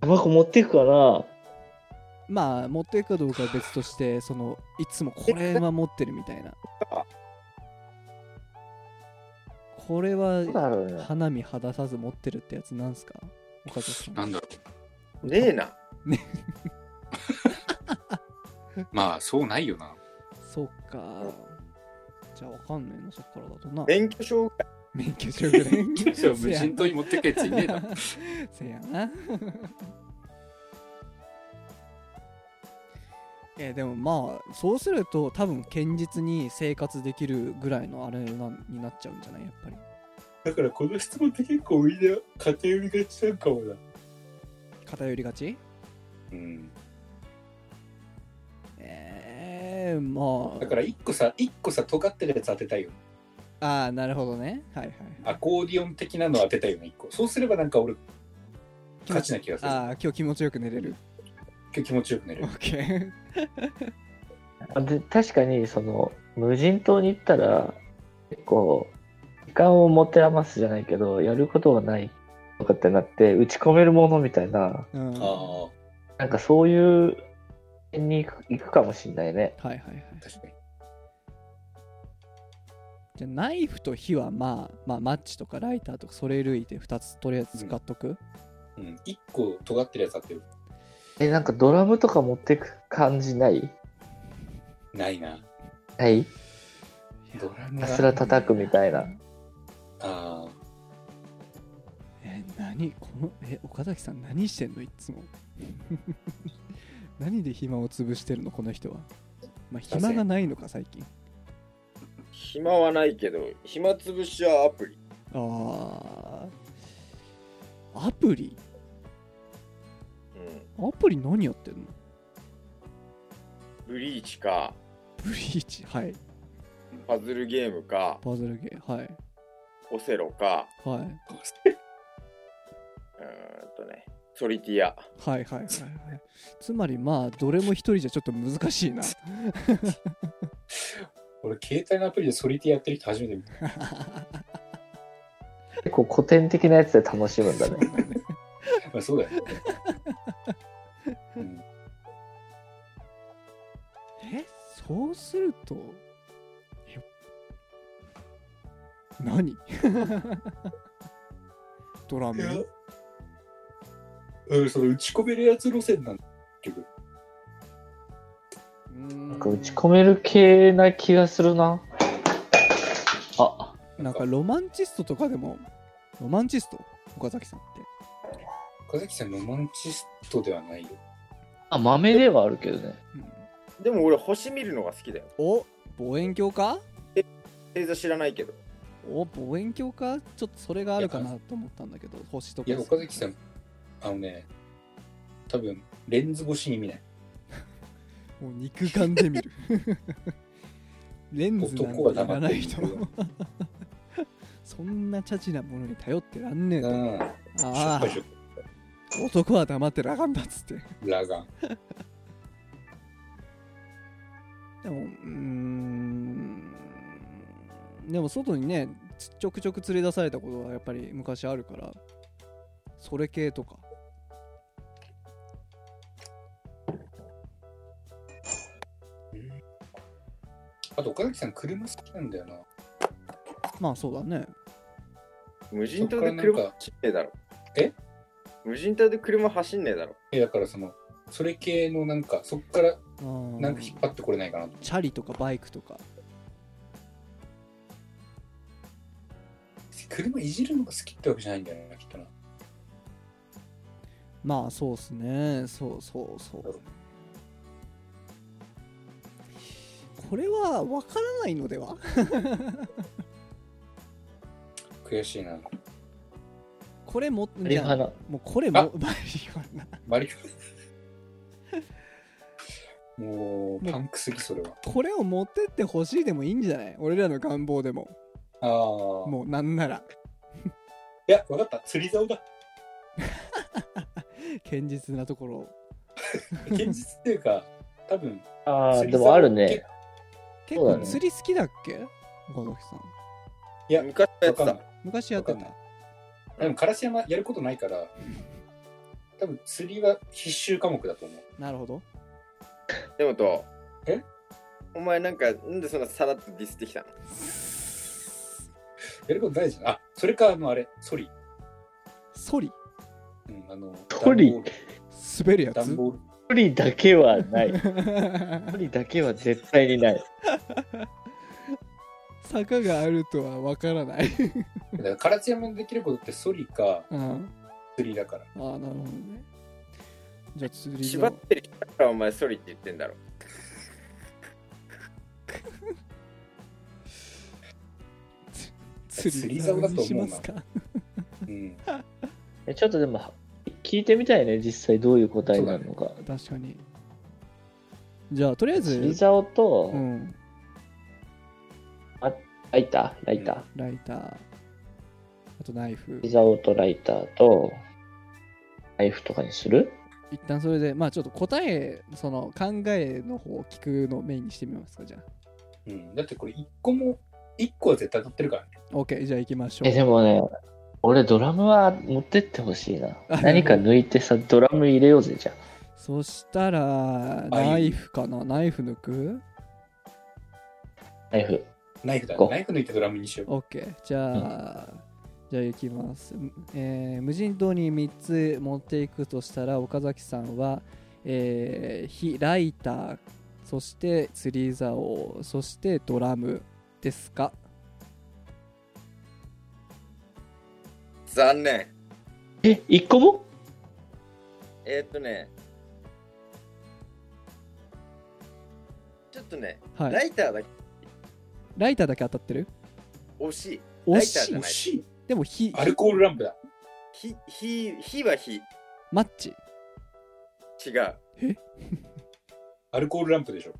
Speaker 1: タバコ持ってくかな
Speaker 3: まあ持っていくかどうかは別としてそのいつもこれは持ってるみ たいなこれは
Speaker 1: どうだろうね。
Speaker 3: 花見肌さず持ってるってやつなんすか岡崎さん
Speaker 2: なんだろ
Speaker 4: ねえな
Speaker 2: う。まあそうないよな。
Speaker 3: そっかじゃあわかんないなそっからだとな
Speaker 4: 免許証が
Speaker 3: 免許証ぐらい免許
Speaker 2: じゃあ 無人島に持ってけついねえだろ。
Speaker 3: せやな。 えでもまあそうすると多分堅実に生活できるぐらいのあれなんになっちゃうんじゃないやっぱり
Speaker 2: だからこの質問って結構みんな偏りがちなんかもな。
Speaker 3: 偏りがち
Speaker 2: うん。
Speaker 3: えー、ま
Speaker 2: だから一個さ、一個さ、尖ってるやつ当てたいよ。
Speaker 3: あああなるほどねはいはい
Speaker 2: アコーディオン的なの当てたいよね、一個。そうすればなんか俺、勝ちな気がする。
Speaker 3: ああ今日気持ちよく寝れる
Speaker 2: 今日気持ちよく寝れ
Speaker 3: オ
Speaker 2: る。
Speaker 3: ッケー
Speaker 1: で確かにその無人島に行ったら結構時間を持て余すじゃないけどやることがないとかってなって打ち込めるものみたいな
Speaker 3: うん
Speaker 2: あ
Speaker 3: は
Speaker 2: あ、
Speaker 1: なんかそういう点に行く行くかもしんないね
Speaker 3: いはいはい
Speaker 2: 確かに。
Speaker 3: じゃあナイフと火はまあまあマッチとかライターとかそれ類で2つとりあえず使っとく、
Speaker 2: うん、一個尖ってるやつ当てる。
Speaker 1: えなんかドラムとか持ってく感じない
Speaker 2: ないな。
Speaker 1: はい
Speaker 2: ドラム
Speaker 1: ひたすら叩くみたいな
Speaker 2: ああ、
Speaker 3: え何このえ岡崎さん何してんのいっつも 何で暇を潰してるのこの人はまあ暇がないのか最近
Speaker 4: 暇はないけど暇つぶしはアプリ
Speaker 3: あーアプリ
Speaker 4: うん
Speaker 3: アプリ何やってんの
Speaker 4: ブリーチか
Speaker 3: ブリーチはい
Speaker 4: パズルゲームか
Speaker 3: パズルゲーはい
Speaker 4: オセロか
Speaker 3: はい
Speaker 4: うーんとねソリティア
Speaker 3: はいはいはいはいつまりまあどれも一人じゃちょっと難しいな
Speaker 2: 俺、携帯のアプリでソリティやってる人初めて見 た。
Speaker 1: 結構古典的なやつで楽しむんだ ね
Speaker 2: まあ、そうだよね。うん、
Speaker 3: えそうするとえ何 ドラ
Speaker 2: いや
Speaker 3: ム、
Speaker 2: うん、その打ち込めるやつ路線なんだ、結局。
Speaker 1: なんか打ち込める系な気がするなあ
Speaker 3: なんかロマンチストとかでもロマンチスト岡崎さんって
Speaker 2: 岡崎さん、ロマンチストではないよ。
Speaker 1: あ豆ではあるけどね
Speaker 3: うん
Speaker 4: でも俺星見るのが好きだよ
Speaker 3: お望遠鏡か
Speaker 4: 星座知らないけど
Speaker 3: お望遠鏡かちょっとそれがあるかなと思ったんだけど星とか
Speaker 2: いや、岡崎さん、あのね、多分レンズ越しに見ない。
Speaker 3: もう肉眼で見る レンズなんていらないと
Speaker 2: 男は黙っ
Speaker 3: そんなチャチなものに頼ってらんねえ
Speaker 2: う
Speaker 3: と
Speaker 2: ん。
Speaker 3: ああ
Speaker 2: しょっ
Speaker 3: 男は黙ってらがんだっつって
Speaker 2: ぱいラガン。
Speaker 3: でもうーんでも外にねちちょくちょく連れ出されたことはやっぱり昔あるからそれ系とか
Speaker 2: あと岡崎さん車好きなんだよな
Speaker 3: まあそうだね
Speaker 4: 無人島で車走んねえだろ。
Speaker 2: え
Speaker 4: 無人島で車走んねえだろ。
Speaker 2: えだからそのそれ系のなんかそっから
Speaker 3: うん
Speaker 2: なんか引っ張ってこれないかなと
Speaker 3: チャリとかバイクとか
Speaker 2: 車いじるのが好きってわけじゃないんだよなきっとな
Speaker 3: まあそうっすねそうそうそうこれは分からないのでは
Speaker 2: 悔しいな
Speaker 3: これも
Speaker 1: マリ
Speaker 3: じ
Speaker 1: フ
Speaker 3: ゃ
Speaker 1: ァ
Speaker 3: あ
Speaker 1: ナ
Speaker 3: もうこれも
Speaker 2: あ
Speaker 3: マリファナ
Speaker 2: マリオもうパンクすぎそれは
Speaker 3: これを持ってってほしいでもいいんじゃない俺らの願望でも
Speaker 2: ああ
Speaker 3: もうなんなら
Speaker 2: いやわかった釣り竿だ
Speaker 3: 堅実なところを
Speaker 2: 現実っていうか多分
Speaker 1: ああ、
Speaker 2: 釣り
Speaker 1: で
Speaker 2: 竿
Speaker 1: もあるね。
Speaker 3: 結
Speaker 1: そう
Speaker 3: 構
Speaker 1: だね
Speaker 3: 釣り好きだっけ岡崎さん
Speaker 2: いや
Speaker 4: 昔はや
Speaker 2: わ
Speaker 4: っ
Speaker 2: か
Speaker 4: て
Speaker 2: んない
Speaker 4: た。
Speaker 3: 昔やって
Speaker 2: わかん
Speaker 3: た
Speaker 2: なでも烏山やることないから多分釣りは必修科目だと思う
Speaker 3: なるほど
Speaker 4: でもと。
Speaker 2: え
Speaker 4: お前なんか、なんでそんなさらっとディスってきたの
Speaker 2: やることないじゃんあそれかあのあれソリ、
Speaker 3: ソリ
Speaker 2: うん、あの
Speaker 1: ソリ
Speaker 3: 滑るや
Speaker 2: ダン
Speaker 3: つ
Speaker 2: ボール
Speaker 1: 無理だけは ない。無理だけは絶対にない。
Speaker 3: 坂があるとは分からない、
Speaker 2: だから烏山でできることってソリか
Speaker 3: うん、
Speaker 2: 釣りだから
Speaker 3: ああなるほどねじゃあ釣り
Speaker 4: 縛
Speaker 3: 竿
Speaker 4: ってる人だからお前ソリって言ってんだろ。
Speaker 3: 釣
Speaker 2: 釣
Speaker 3: り
Speaker 2: り
Speaker 3: 竿
Speaker 2: 竿だと
Speaker 3: に
Speaker 2: 思
Speaker 3: し
Speaker 2: うな
Speaker 3: ますか
Speaker 2: うん
Speaker 1: えちょっとでも、聞いてみたいね、実際どういう答えなのか。
Speaker 3: 確かにじゃあとりあえ
Speaker 1: 釣り
Speaker 3: ず、
Speaker 1: 竿と、
Speaker 3: うん、
Speaker 1: ライターライター、釣
Speaker 3: ライターあとナイフ
Speaker 1: り竿とライターと、ナイフとかにする
Speaker 3: 一旦それでまあちょっと答えその考えの方を聞くのをメインにしてみますかじゃあ
Speaker 2: うん、だってこれ1個も1個は絶対当たってるからね
Speaker 3: OK じゃあ行きましょ
Speaker 1: え、で
Speaker 3: う
Speaker 1: もね、俺ドラムは持ってってほしいな。
Speaker 3: あ
Speaker 1: 何か抜いてさ、ドラム入れようぜ、じゃ
Speaker 3: そしたらナイフかなナイフ抜く
Speaker 1: あ。ナイフ。
Speaker 2: ナイフだ
Speaker 1: こ
Speaker 2: ね
Speaker 1: う
Speaker 2: ナイフ抜いてドラムにしよう
Speaker 3: OK じゃあ、じゃあ行きます、えー無人島に3つ持っていくとしたら岡崎さんは、えー火ライターそして釣り竿そしてドラムですか
Speaker 4: 残念。
Speaker 1: え、一個も
Speaker 4: えー、っとね。ちょっとね、
Speaker 3: は
Speaker 4: ラ
Speaker 3: い
Speaker 4: イターだけ
Speaker 3: ライターだけ当たってる
Speaker 4: 惜しい。
Speaker 3: 惜
Speaker 4: ライター
Speaker 3: し
Speaker 4: じゃ
Speaker 3: い
Speaker 4: ない
Speaker 2: しい
Speaker 3: でも火
Speaker 2: アルコールランプだ
Speaker 4: 火、火、火は火。違
Speaker 3: マッチ
Speaker 4: う。
Speaker 2: アルコールランプでしょ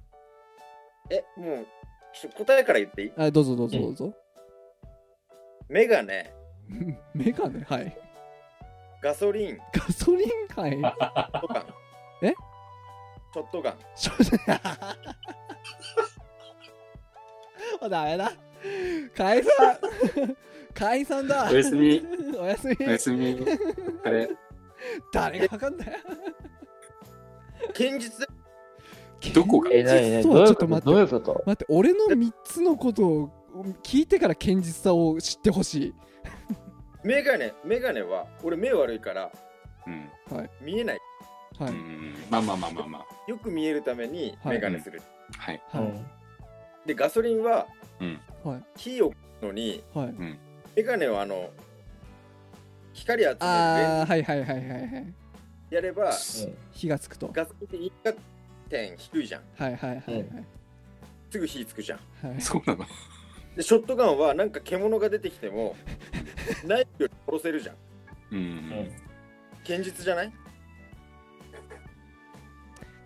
Speaker 4: え、もう、ちょっと答えから言っていい
Speaker 3: あどうぞどうぞどうぞ、
Speaker 4: メガネ、
Speaker 3: メガネはい
Speaker 4: ガソリン、
Speaker 3: ガソリンかい
Speaker 4: ショットガン。
Speaker 3: え
Speaker 4: ショットガン。
Speaker 3: ちょ もうダメだ解散 解散だ
Speaker 2: おやす み
Speaker 3: おやすみ
Speaker 2: おやすみあれ
Speaker 3: 誰がわかんだよ
Speaker 4: 堅実
Speaker 2: どこが
Speaker 1: え、なになに
Speaker 3: そ
Speaker 1: ど
Speaker 3: う
Speaker 1: うい
Speaker 3: ち
Speaker 1: う
Speaker 3: ょっ
Speaker 1: こと
Speaker 3: と待って
Speaker 1: どういうこと
Speaker 3: 待って俺の3つのことを聞いてから堅実さを知ってほしい
Speaker 4: メガネ、メガネは、俺目悪いから
Speaker 2: うん、
Speaker 4: 見えない。
Speaker 3: は
Speaker 2: う
Speaker 3: い、
Speaker 2: ん、まあまあまあまあまあ
Speaker 4: よく見えるために
Speaker 3: はい
Speaker 4: メガネする。
Speaker 2: はい
Speaker 1: うん
Speaker 3: はい
Speaker 4: で、ガソリンは
Speaker 3: はい
Speaker 4: 火をのに、
Speaker 3: はい
Speaker 4: メガネはあの、光集めるレ
Speaker 3: あ
Speaker 4: ン
Speaker 3: ーはいはいはいはいはい
Speaker 4: ズやれば、
Speaker 3: 火がつくと
Speaker 4: ガソリンって一回点低いじゃん。
Speaker 3: はいはいはいはい
Speaker 4: すぐ火つくじゃん。
Speaker 3: はい
Speaker 2: そうなの
Speaker 4: で、ショットガンはなんか獣が出てき ても、ナイフより殺せるじゃん。
Speaker 2: うん、
Speaker 4: 堅実じゃない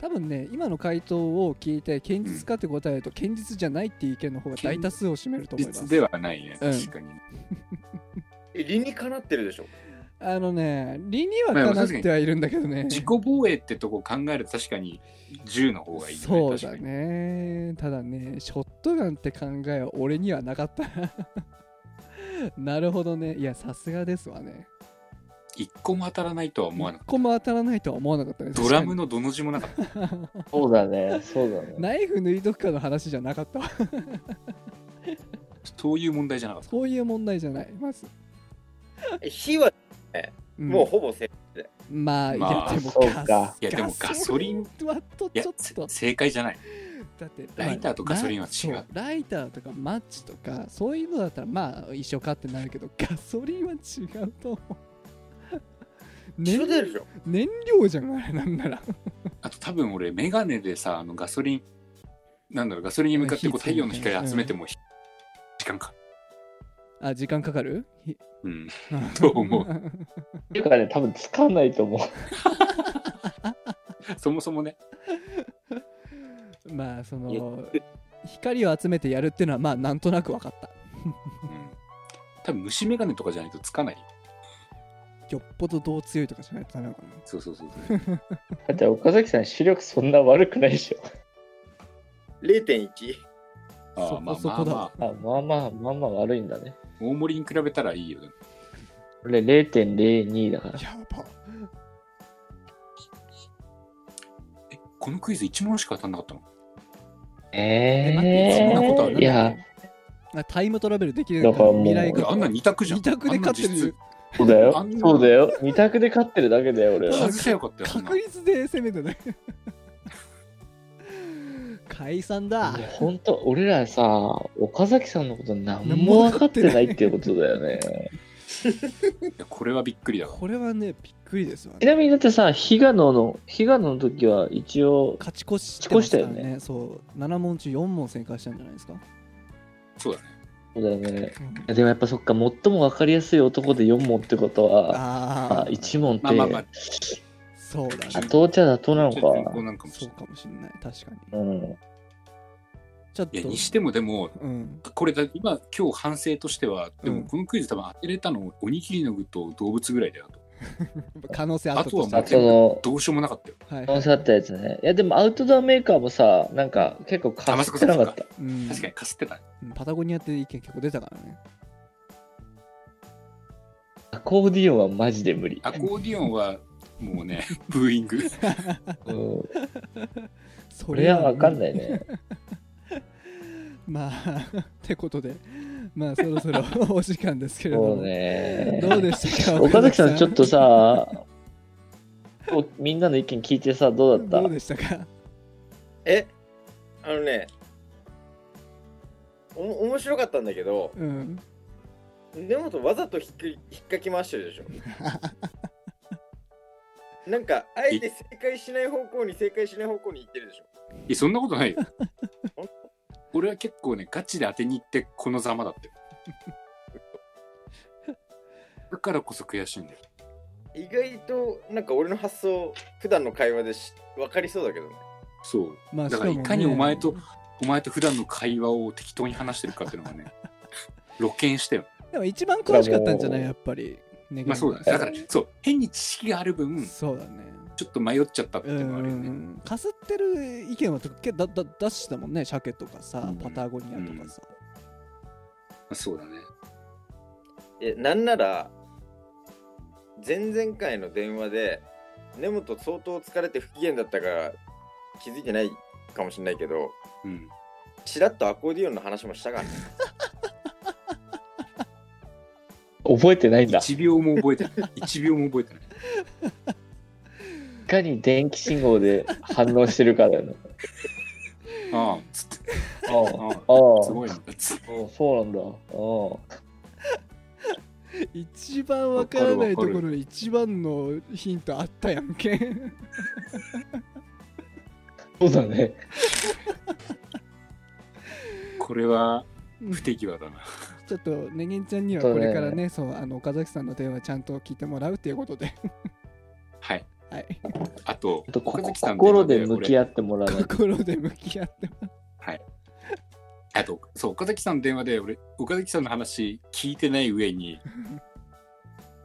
Speaker 3: 多分ね今の回答を聞いて堅実かって答えると堅実じゃないっていう意見の方が大多数を占めると思いま
Speaker 2: 実
Speaker 3: す
Speaker 2: ではないね、
Speaker 3: うん
Speaker 2: 確かに
Speaker 4: え理にかなってるでしょ。
Speaker 3: あのね理にはかなってはいるんだけどね
Speaker 2: 自己防衛ってとこ考えると確かに銃の方がいいよね
Speaker 3: そう
Speaker 2: 確
Speaker 3: だ
Speaker 2: かに
Speaker 3: ねただねショットガンって考えは俺には なかったなるほどねいやさすがですわね
Speaker 2: 一個も当たらないとは思わな
Speaker 3: 一
Speaker 2: かっ
Speaker 3: 個も当たらないとは思わなかったね
Speaker 2: た。ドラムのどの字もなかった。
Speaker 3: 確かに
Speaker 1: そうだね、そうだね。
Speaker 3: ナイフ抜いとくかの話じゃなかったわ
Speaker 2: そういう問題じゃなかった。
Speaker 3: そういう問題じゃないまず、
Speaker 4: 火は
Speaker 3: うん
Speaker 4: もうほぼせ、
Speaker 3: まあ、い
Speaker 2: まあ
Speaker 3: やでも
Speaker 1: そう
Speaker 3: ガ
Speaker 1: か
Speaker 3: ス
Speaker 2: いやでもガソリン
Speaker 3: はと
Speaker 2: いや
Speaker 3: ちょっ、
Speaker 2: せ
Speaker 3: と
Speaker 2: 正解じゃない。
Speaker 3: だって
Speaker 2: ライターとガソリンは違う
Speaker 3: まあラそうライターとかマッチとかそういうのだったらまあ一緒かってなるけどガソリンは違うと思 う
Speaker 4: 一
Speaker 3: 燃
Speaker 4: 緒でしょ。
Speaker 3: 燃料じゃんあれなんなら
Speaker 2: あと多分俺、メガネでさ、あのガソリン、なんだろう、ガソリンに向かってこう
Speaker 3: 火ついて
Speaker 2: 太陽の光集めても、時間か。
Speaker 3: あ時間かかる ひ
Speaker 2: うん。どう思
Speaker 1: っていうかね、多分つかないと思う。
Speaker 2: そもそもね、
Speaker 3: まあその光を集めてやるっていうのはまあなんとなく分かった
Speaker 2: うん。多分虫メガネとかじゃないとつかない。
Speaker 3: よっぽどどう強いとかじゃないとダメなのか
Speaker 2: そうそうそうそう。
Speaker 1: だって岡崎さん、視力そんな悪くないでしょ。
Speaker 4: 0.1。
Speaker 2: ああまあ
Speaker 3: そこ
Speaker 2: まあ
Speaker 3: そこ
Speaker 2: まあ
Speaker 3: だ
Speaker 1: あまあまあ、まあまあ悪いんだね。
Speaker 2: 大盛りに比べたらいいよね
Speaker 1: 俺0.02だか
Speaker 3: な
Speaker 1: ら。
Speaker 3: やば
Speaker 2: えこのクイズ1問しか当たんなかったの
Speaker 1: え
Speaker 3: 待って
Speaker 1: え
Speaker 2: そんなことある
Speaker 1: いや、
Speaker 3: あタイムトラベルできるの
Speaker 1: だからもう
Speaker 3: 未来
Speaker 2: いやあんな2択じゃん
Speaker 3: 二択で勝ってる
Speaker 2: あんな実
Speaker 1: そうだ
Speaker 2: あ
Speaker 1: よ
Speaker 2: ん。な
Speaker 1: そうだよ。二択で勝ってるだけだよ、俺
Speaker 2: 外
Speaker 1: は。
Speaker 2: せよかったよそんな
Speaker 3: 確率で攻めてね 解散だ
Speaker 1: 本当俺らさ、岡崎さんのこと何も分かってないっていうことだよね。
Speaker 2: いやこれはびっくりだわ
Speaker 3: これはねびっくりですわ、
Speaker 1: ちなみにだってさ、比嘉野の、比嘉野の時は一応、
Speaker 3: 勝ち越してますから
Speaker 1: 勝ち越したよ
Speaker 3: ねそう7問中4問正解したんじゃないですか、
Speaker 2: そうだね
Speaker 1: そうだよね。いやでもやっぱそっか、最も分かりやすい男で4問ってことは、
Speaker 3: あ
Speaker 1: あ
Speaker 3: あ
Speaker 1: 1問っ
Speaker 2: まあまあまあ
Speaker 1: て、
Speaker 3: そうだね
Speaker 1: 妥当っちゃ妥当なの
Speaker 2: ちょっと先行
Speaker 1: か。
Speaker 2: なんかもし
Speaker 3: そ
Speaker 2: れ
Speaker 3: う
Speaker 2: ない
Speaker 3: かもしれない確か
Speaker 1: う
Speaker 3: に
Speaker 1: ん。
Speaker 3: ちょっと
Speaker 2: いやにしてもでも
Speaker 3: うん
Speaker 2: これだ今今日反省としてはで
Speaker 3: うん
Speaker 2: もこのクイズ多分当てれたのおにぎりの具と動物ぐらいだよと
Speaker 3: 可能性あったとした
Speaker 2: は
Speaker 1: あ
Speaker 3: ら
Speaker 1: との、
Speaker 2: どうしようもなかったよ
Speaker 3: はい
Speaker 1: 可能性あったやつね。いや、でもアウトドアメーカーもさ、なんか結構かすってなかった。
Speaker 3: うん
Speaker 2: 確かにかすってた
Speaker 3: うんパタゴニアって意見結構出たからね
Speaker 1: アコーディオンはマジで無理。
Speaker 2: アコーディオンはもうね ブーイング
Speaker 1: うん、
Speaker 3: そ
Speaker 1: これは分かんないね。
Speaker 3: まあ ってことでまあそろそ ろお時間ですけれど
Speaker 1: そう
Speaker 3: も、
Speaker 1: ね。
Speaker 3: どうで したか
Speaker 1: 岡崎さん、ちょっとさ、おみんなの意見聞いてさ、どうだ
Speaker 3: ど
Speaker 1: っ
Speaker 3: うでしたか
Speaker 4: えあのね、おも面白かったんだけど、
Speaker 3: うん
Speaker 4: 根本わざとひっくり引っかき回してる でしょ。なんか、あえて正解しない方向に正解しない方向に行ってるでしょ。
Speaker 2: いやそんなことないよ俺は結構ねガチで当てに行ってこのざまだったよ だからこそ悔しいんだよ
Speaker 4: 意外となんか俺の発想普段の会話でし分かりそうだけどね
Speaker 2: そう
Speaker 3: まあ
Speaker 2: だから
Speaker 3: しもね
Speaker 2: いかにお前とお前と普段の会話を適当に話してるかっていうのが ね露見したよ、
Speaker 3: でも一番詳しかったんじゃない
Speaker 1: い
Speaker 3: や
Speaker 1: や
Speaker 3: っぱりね
Speaker 2: まあそうだねだからそう変に知識がある分
Speaker 3: そうだね
Speaker 2: ちょっと迷っちゃったって
Speaker 3: う
Speaker 2: い
Speaker 3: んう
Speaker 2: うの
Speaker 3: ん
Speaker 2: はあるよね、
Speaker 3: うんかすってる意見はとけだだ出したもんね鮭とかさ
Speaker 2: うん
Speaker 3: パタゴニアとかさ、
Speaker 2: まあそうだね
Speaker 4: えなんなら前々回の電話で根本相当疲れて不機嫌だったから気づいてないかもしれないけど
Speaker 2: うん
Speaker 4: ちらっとアコーディオンの話もしたからね
Speaker 1: 覚えてないんだ。い
Speaker 2: 1秒も覚えてない1秒も覚えてない
Speaker 1: かに電気信号で反応してるか だよね。
Speaker 2: ああつって
Speaker 1: あ
Speaker 2: あ
Speaker 1: あ、あ
Speaker 2: あ
Speaker 1: あ
Speaker 2: すごいなつって
Speaker 1: うんそうなんだ。あ
Speaker 3: 一番わからない
Speaker 2: わかるわ
Speaker 3: と
Speaker 2: かる
Speaker 3: ころに一番のヒントあったや んけ
Speaker 1: あ、そうだね。
Speaker 2: これは不手際だな
Speaker 3: ちょっとねげんちゃんには
Speaker 1: そう
Speaker 3: こ
Speaker 1: ね
Speaker 3: れからねそうあの岡崎さんの電話ちゃんと聞いてもらうっていうことで
Speaker 2: はい
Speaker 3: はい
Speaker 2: あと
Speaker 1: あとこ
Speaker 2: 岡
Speaker 1: こ
Speaker 2: 崎さんの
Speaker 1: 心で向き合
Speaker 2: 俺
Speaker 1: ってもらわないと。
Speaker 3: 心で向き合って
Speaker 2: あとそう岡崎さんの電話で俺岡崎さんの話聞いてない上に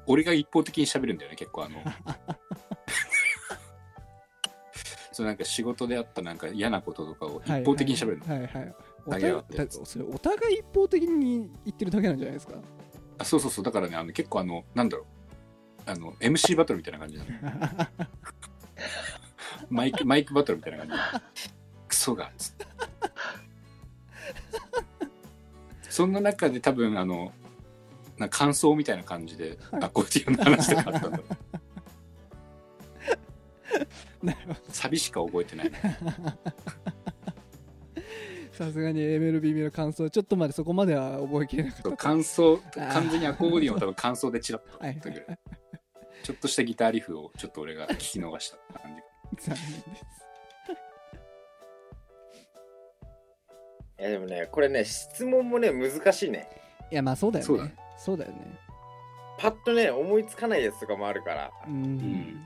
Speaker 2: 俺が一方的に喋るんだよね結構あ のそうなんか仕事であったなんか嫌なこととかを一方的に喋るの、
Speaker 3: はいはい
Speaker 2: 投げ合っ
Speaker 3: お
Speaker 2: て
Speaker 3: 互いだそれお互い一方的に言ってるだけなんじゃないですか
Speaker 2: あそうそうそうだからねあの結構あのなんだろうあの MC バトルみたいな感じなのマイクマイクバトルみたいな感じなのクソがつってそんな中で多分あのなんか感想みたいな感じであこういうの話とかあったんだ
Speaker 3: なるほど
Speaker 2: サビしか覚えてない
Speaker 3: さすがに MLB の感想ちょっとまでそこまでは覚えきれなか
Speaker 2: そう
Speaker 3: っ
Speaker 2: 感想完全にアコーディオンを多分感想でチラッと
Speaker 3: たはい
Speaker 2: だけどちょっとしたギターリフをちょっと俺が聞き逃した感じ
Speaker 3: 残念です
Speaker 4: いやでもね、これね、質問もね、難しいね。
Speaker 3: いやまあそうだよね
Speaker 2: そうだね
Speaker 3: そうだよね
Speaker 4: パッとね、思いつかないやつとかもあるから。
Speaker 3: うん、
Speaker 2: ん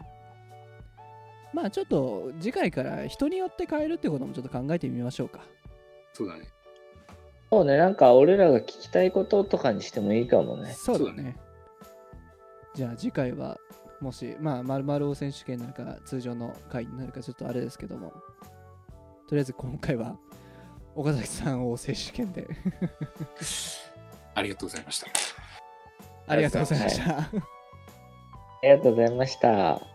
Speaker 3: まあちょっと次回から人によって変えるってこともちょっと考えてみましょうか
Speaker 2: そうだね
Speaker 1: そうね、なんか俺らが聞きたいこととかにしてもいいかもね。
Speaker 3: そうだ
Speaker 2: そうだ
Speaker 3: ねじゃあ次回はもしまあ〇〇王選手権なるか通常の回になるかちょっとあれですけどもとりあえず今回は岡崎さん王選手権で
Speaker 2: ありがとうございました
Speaker 3: ありがとうございました
Speaker 1: ありがとうございました。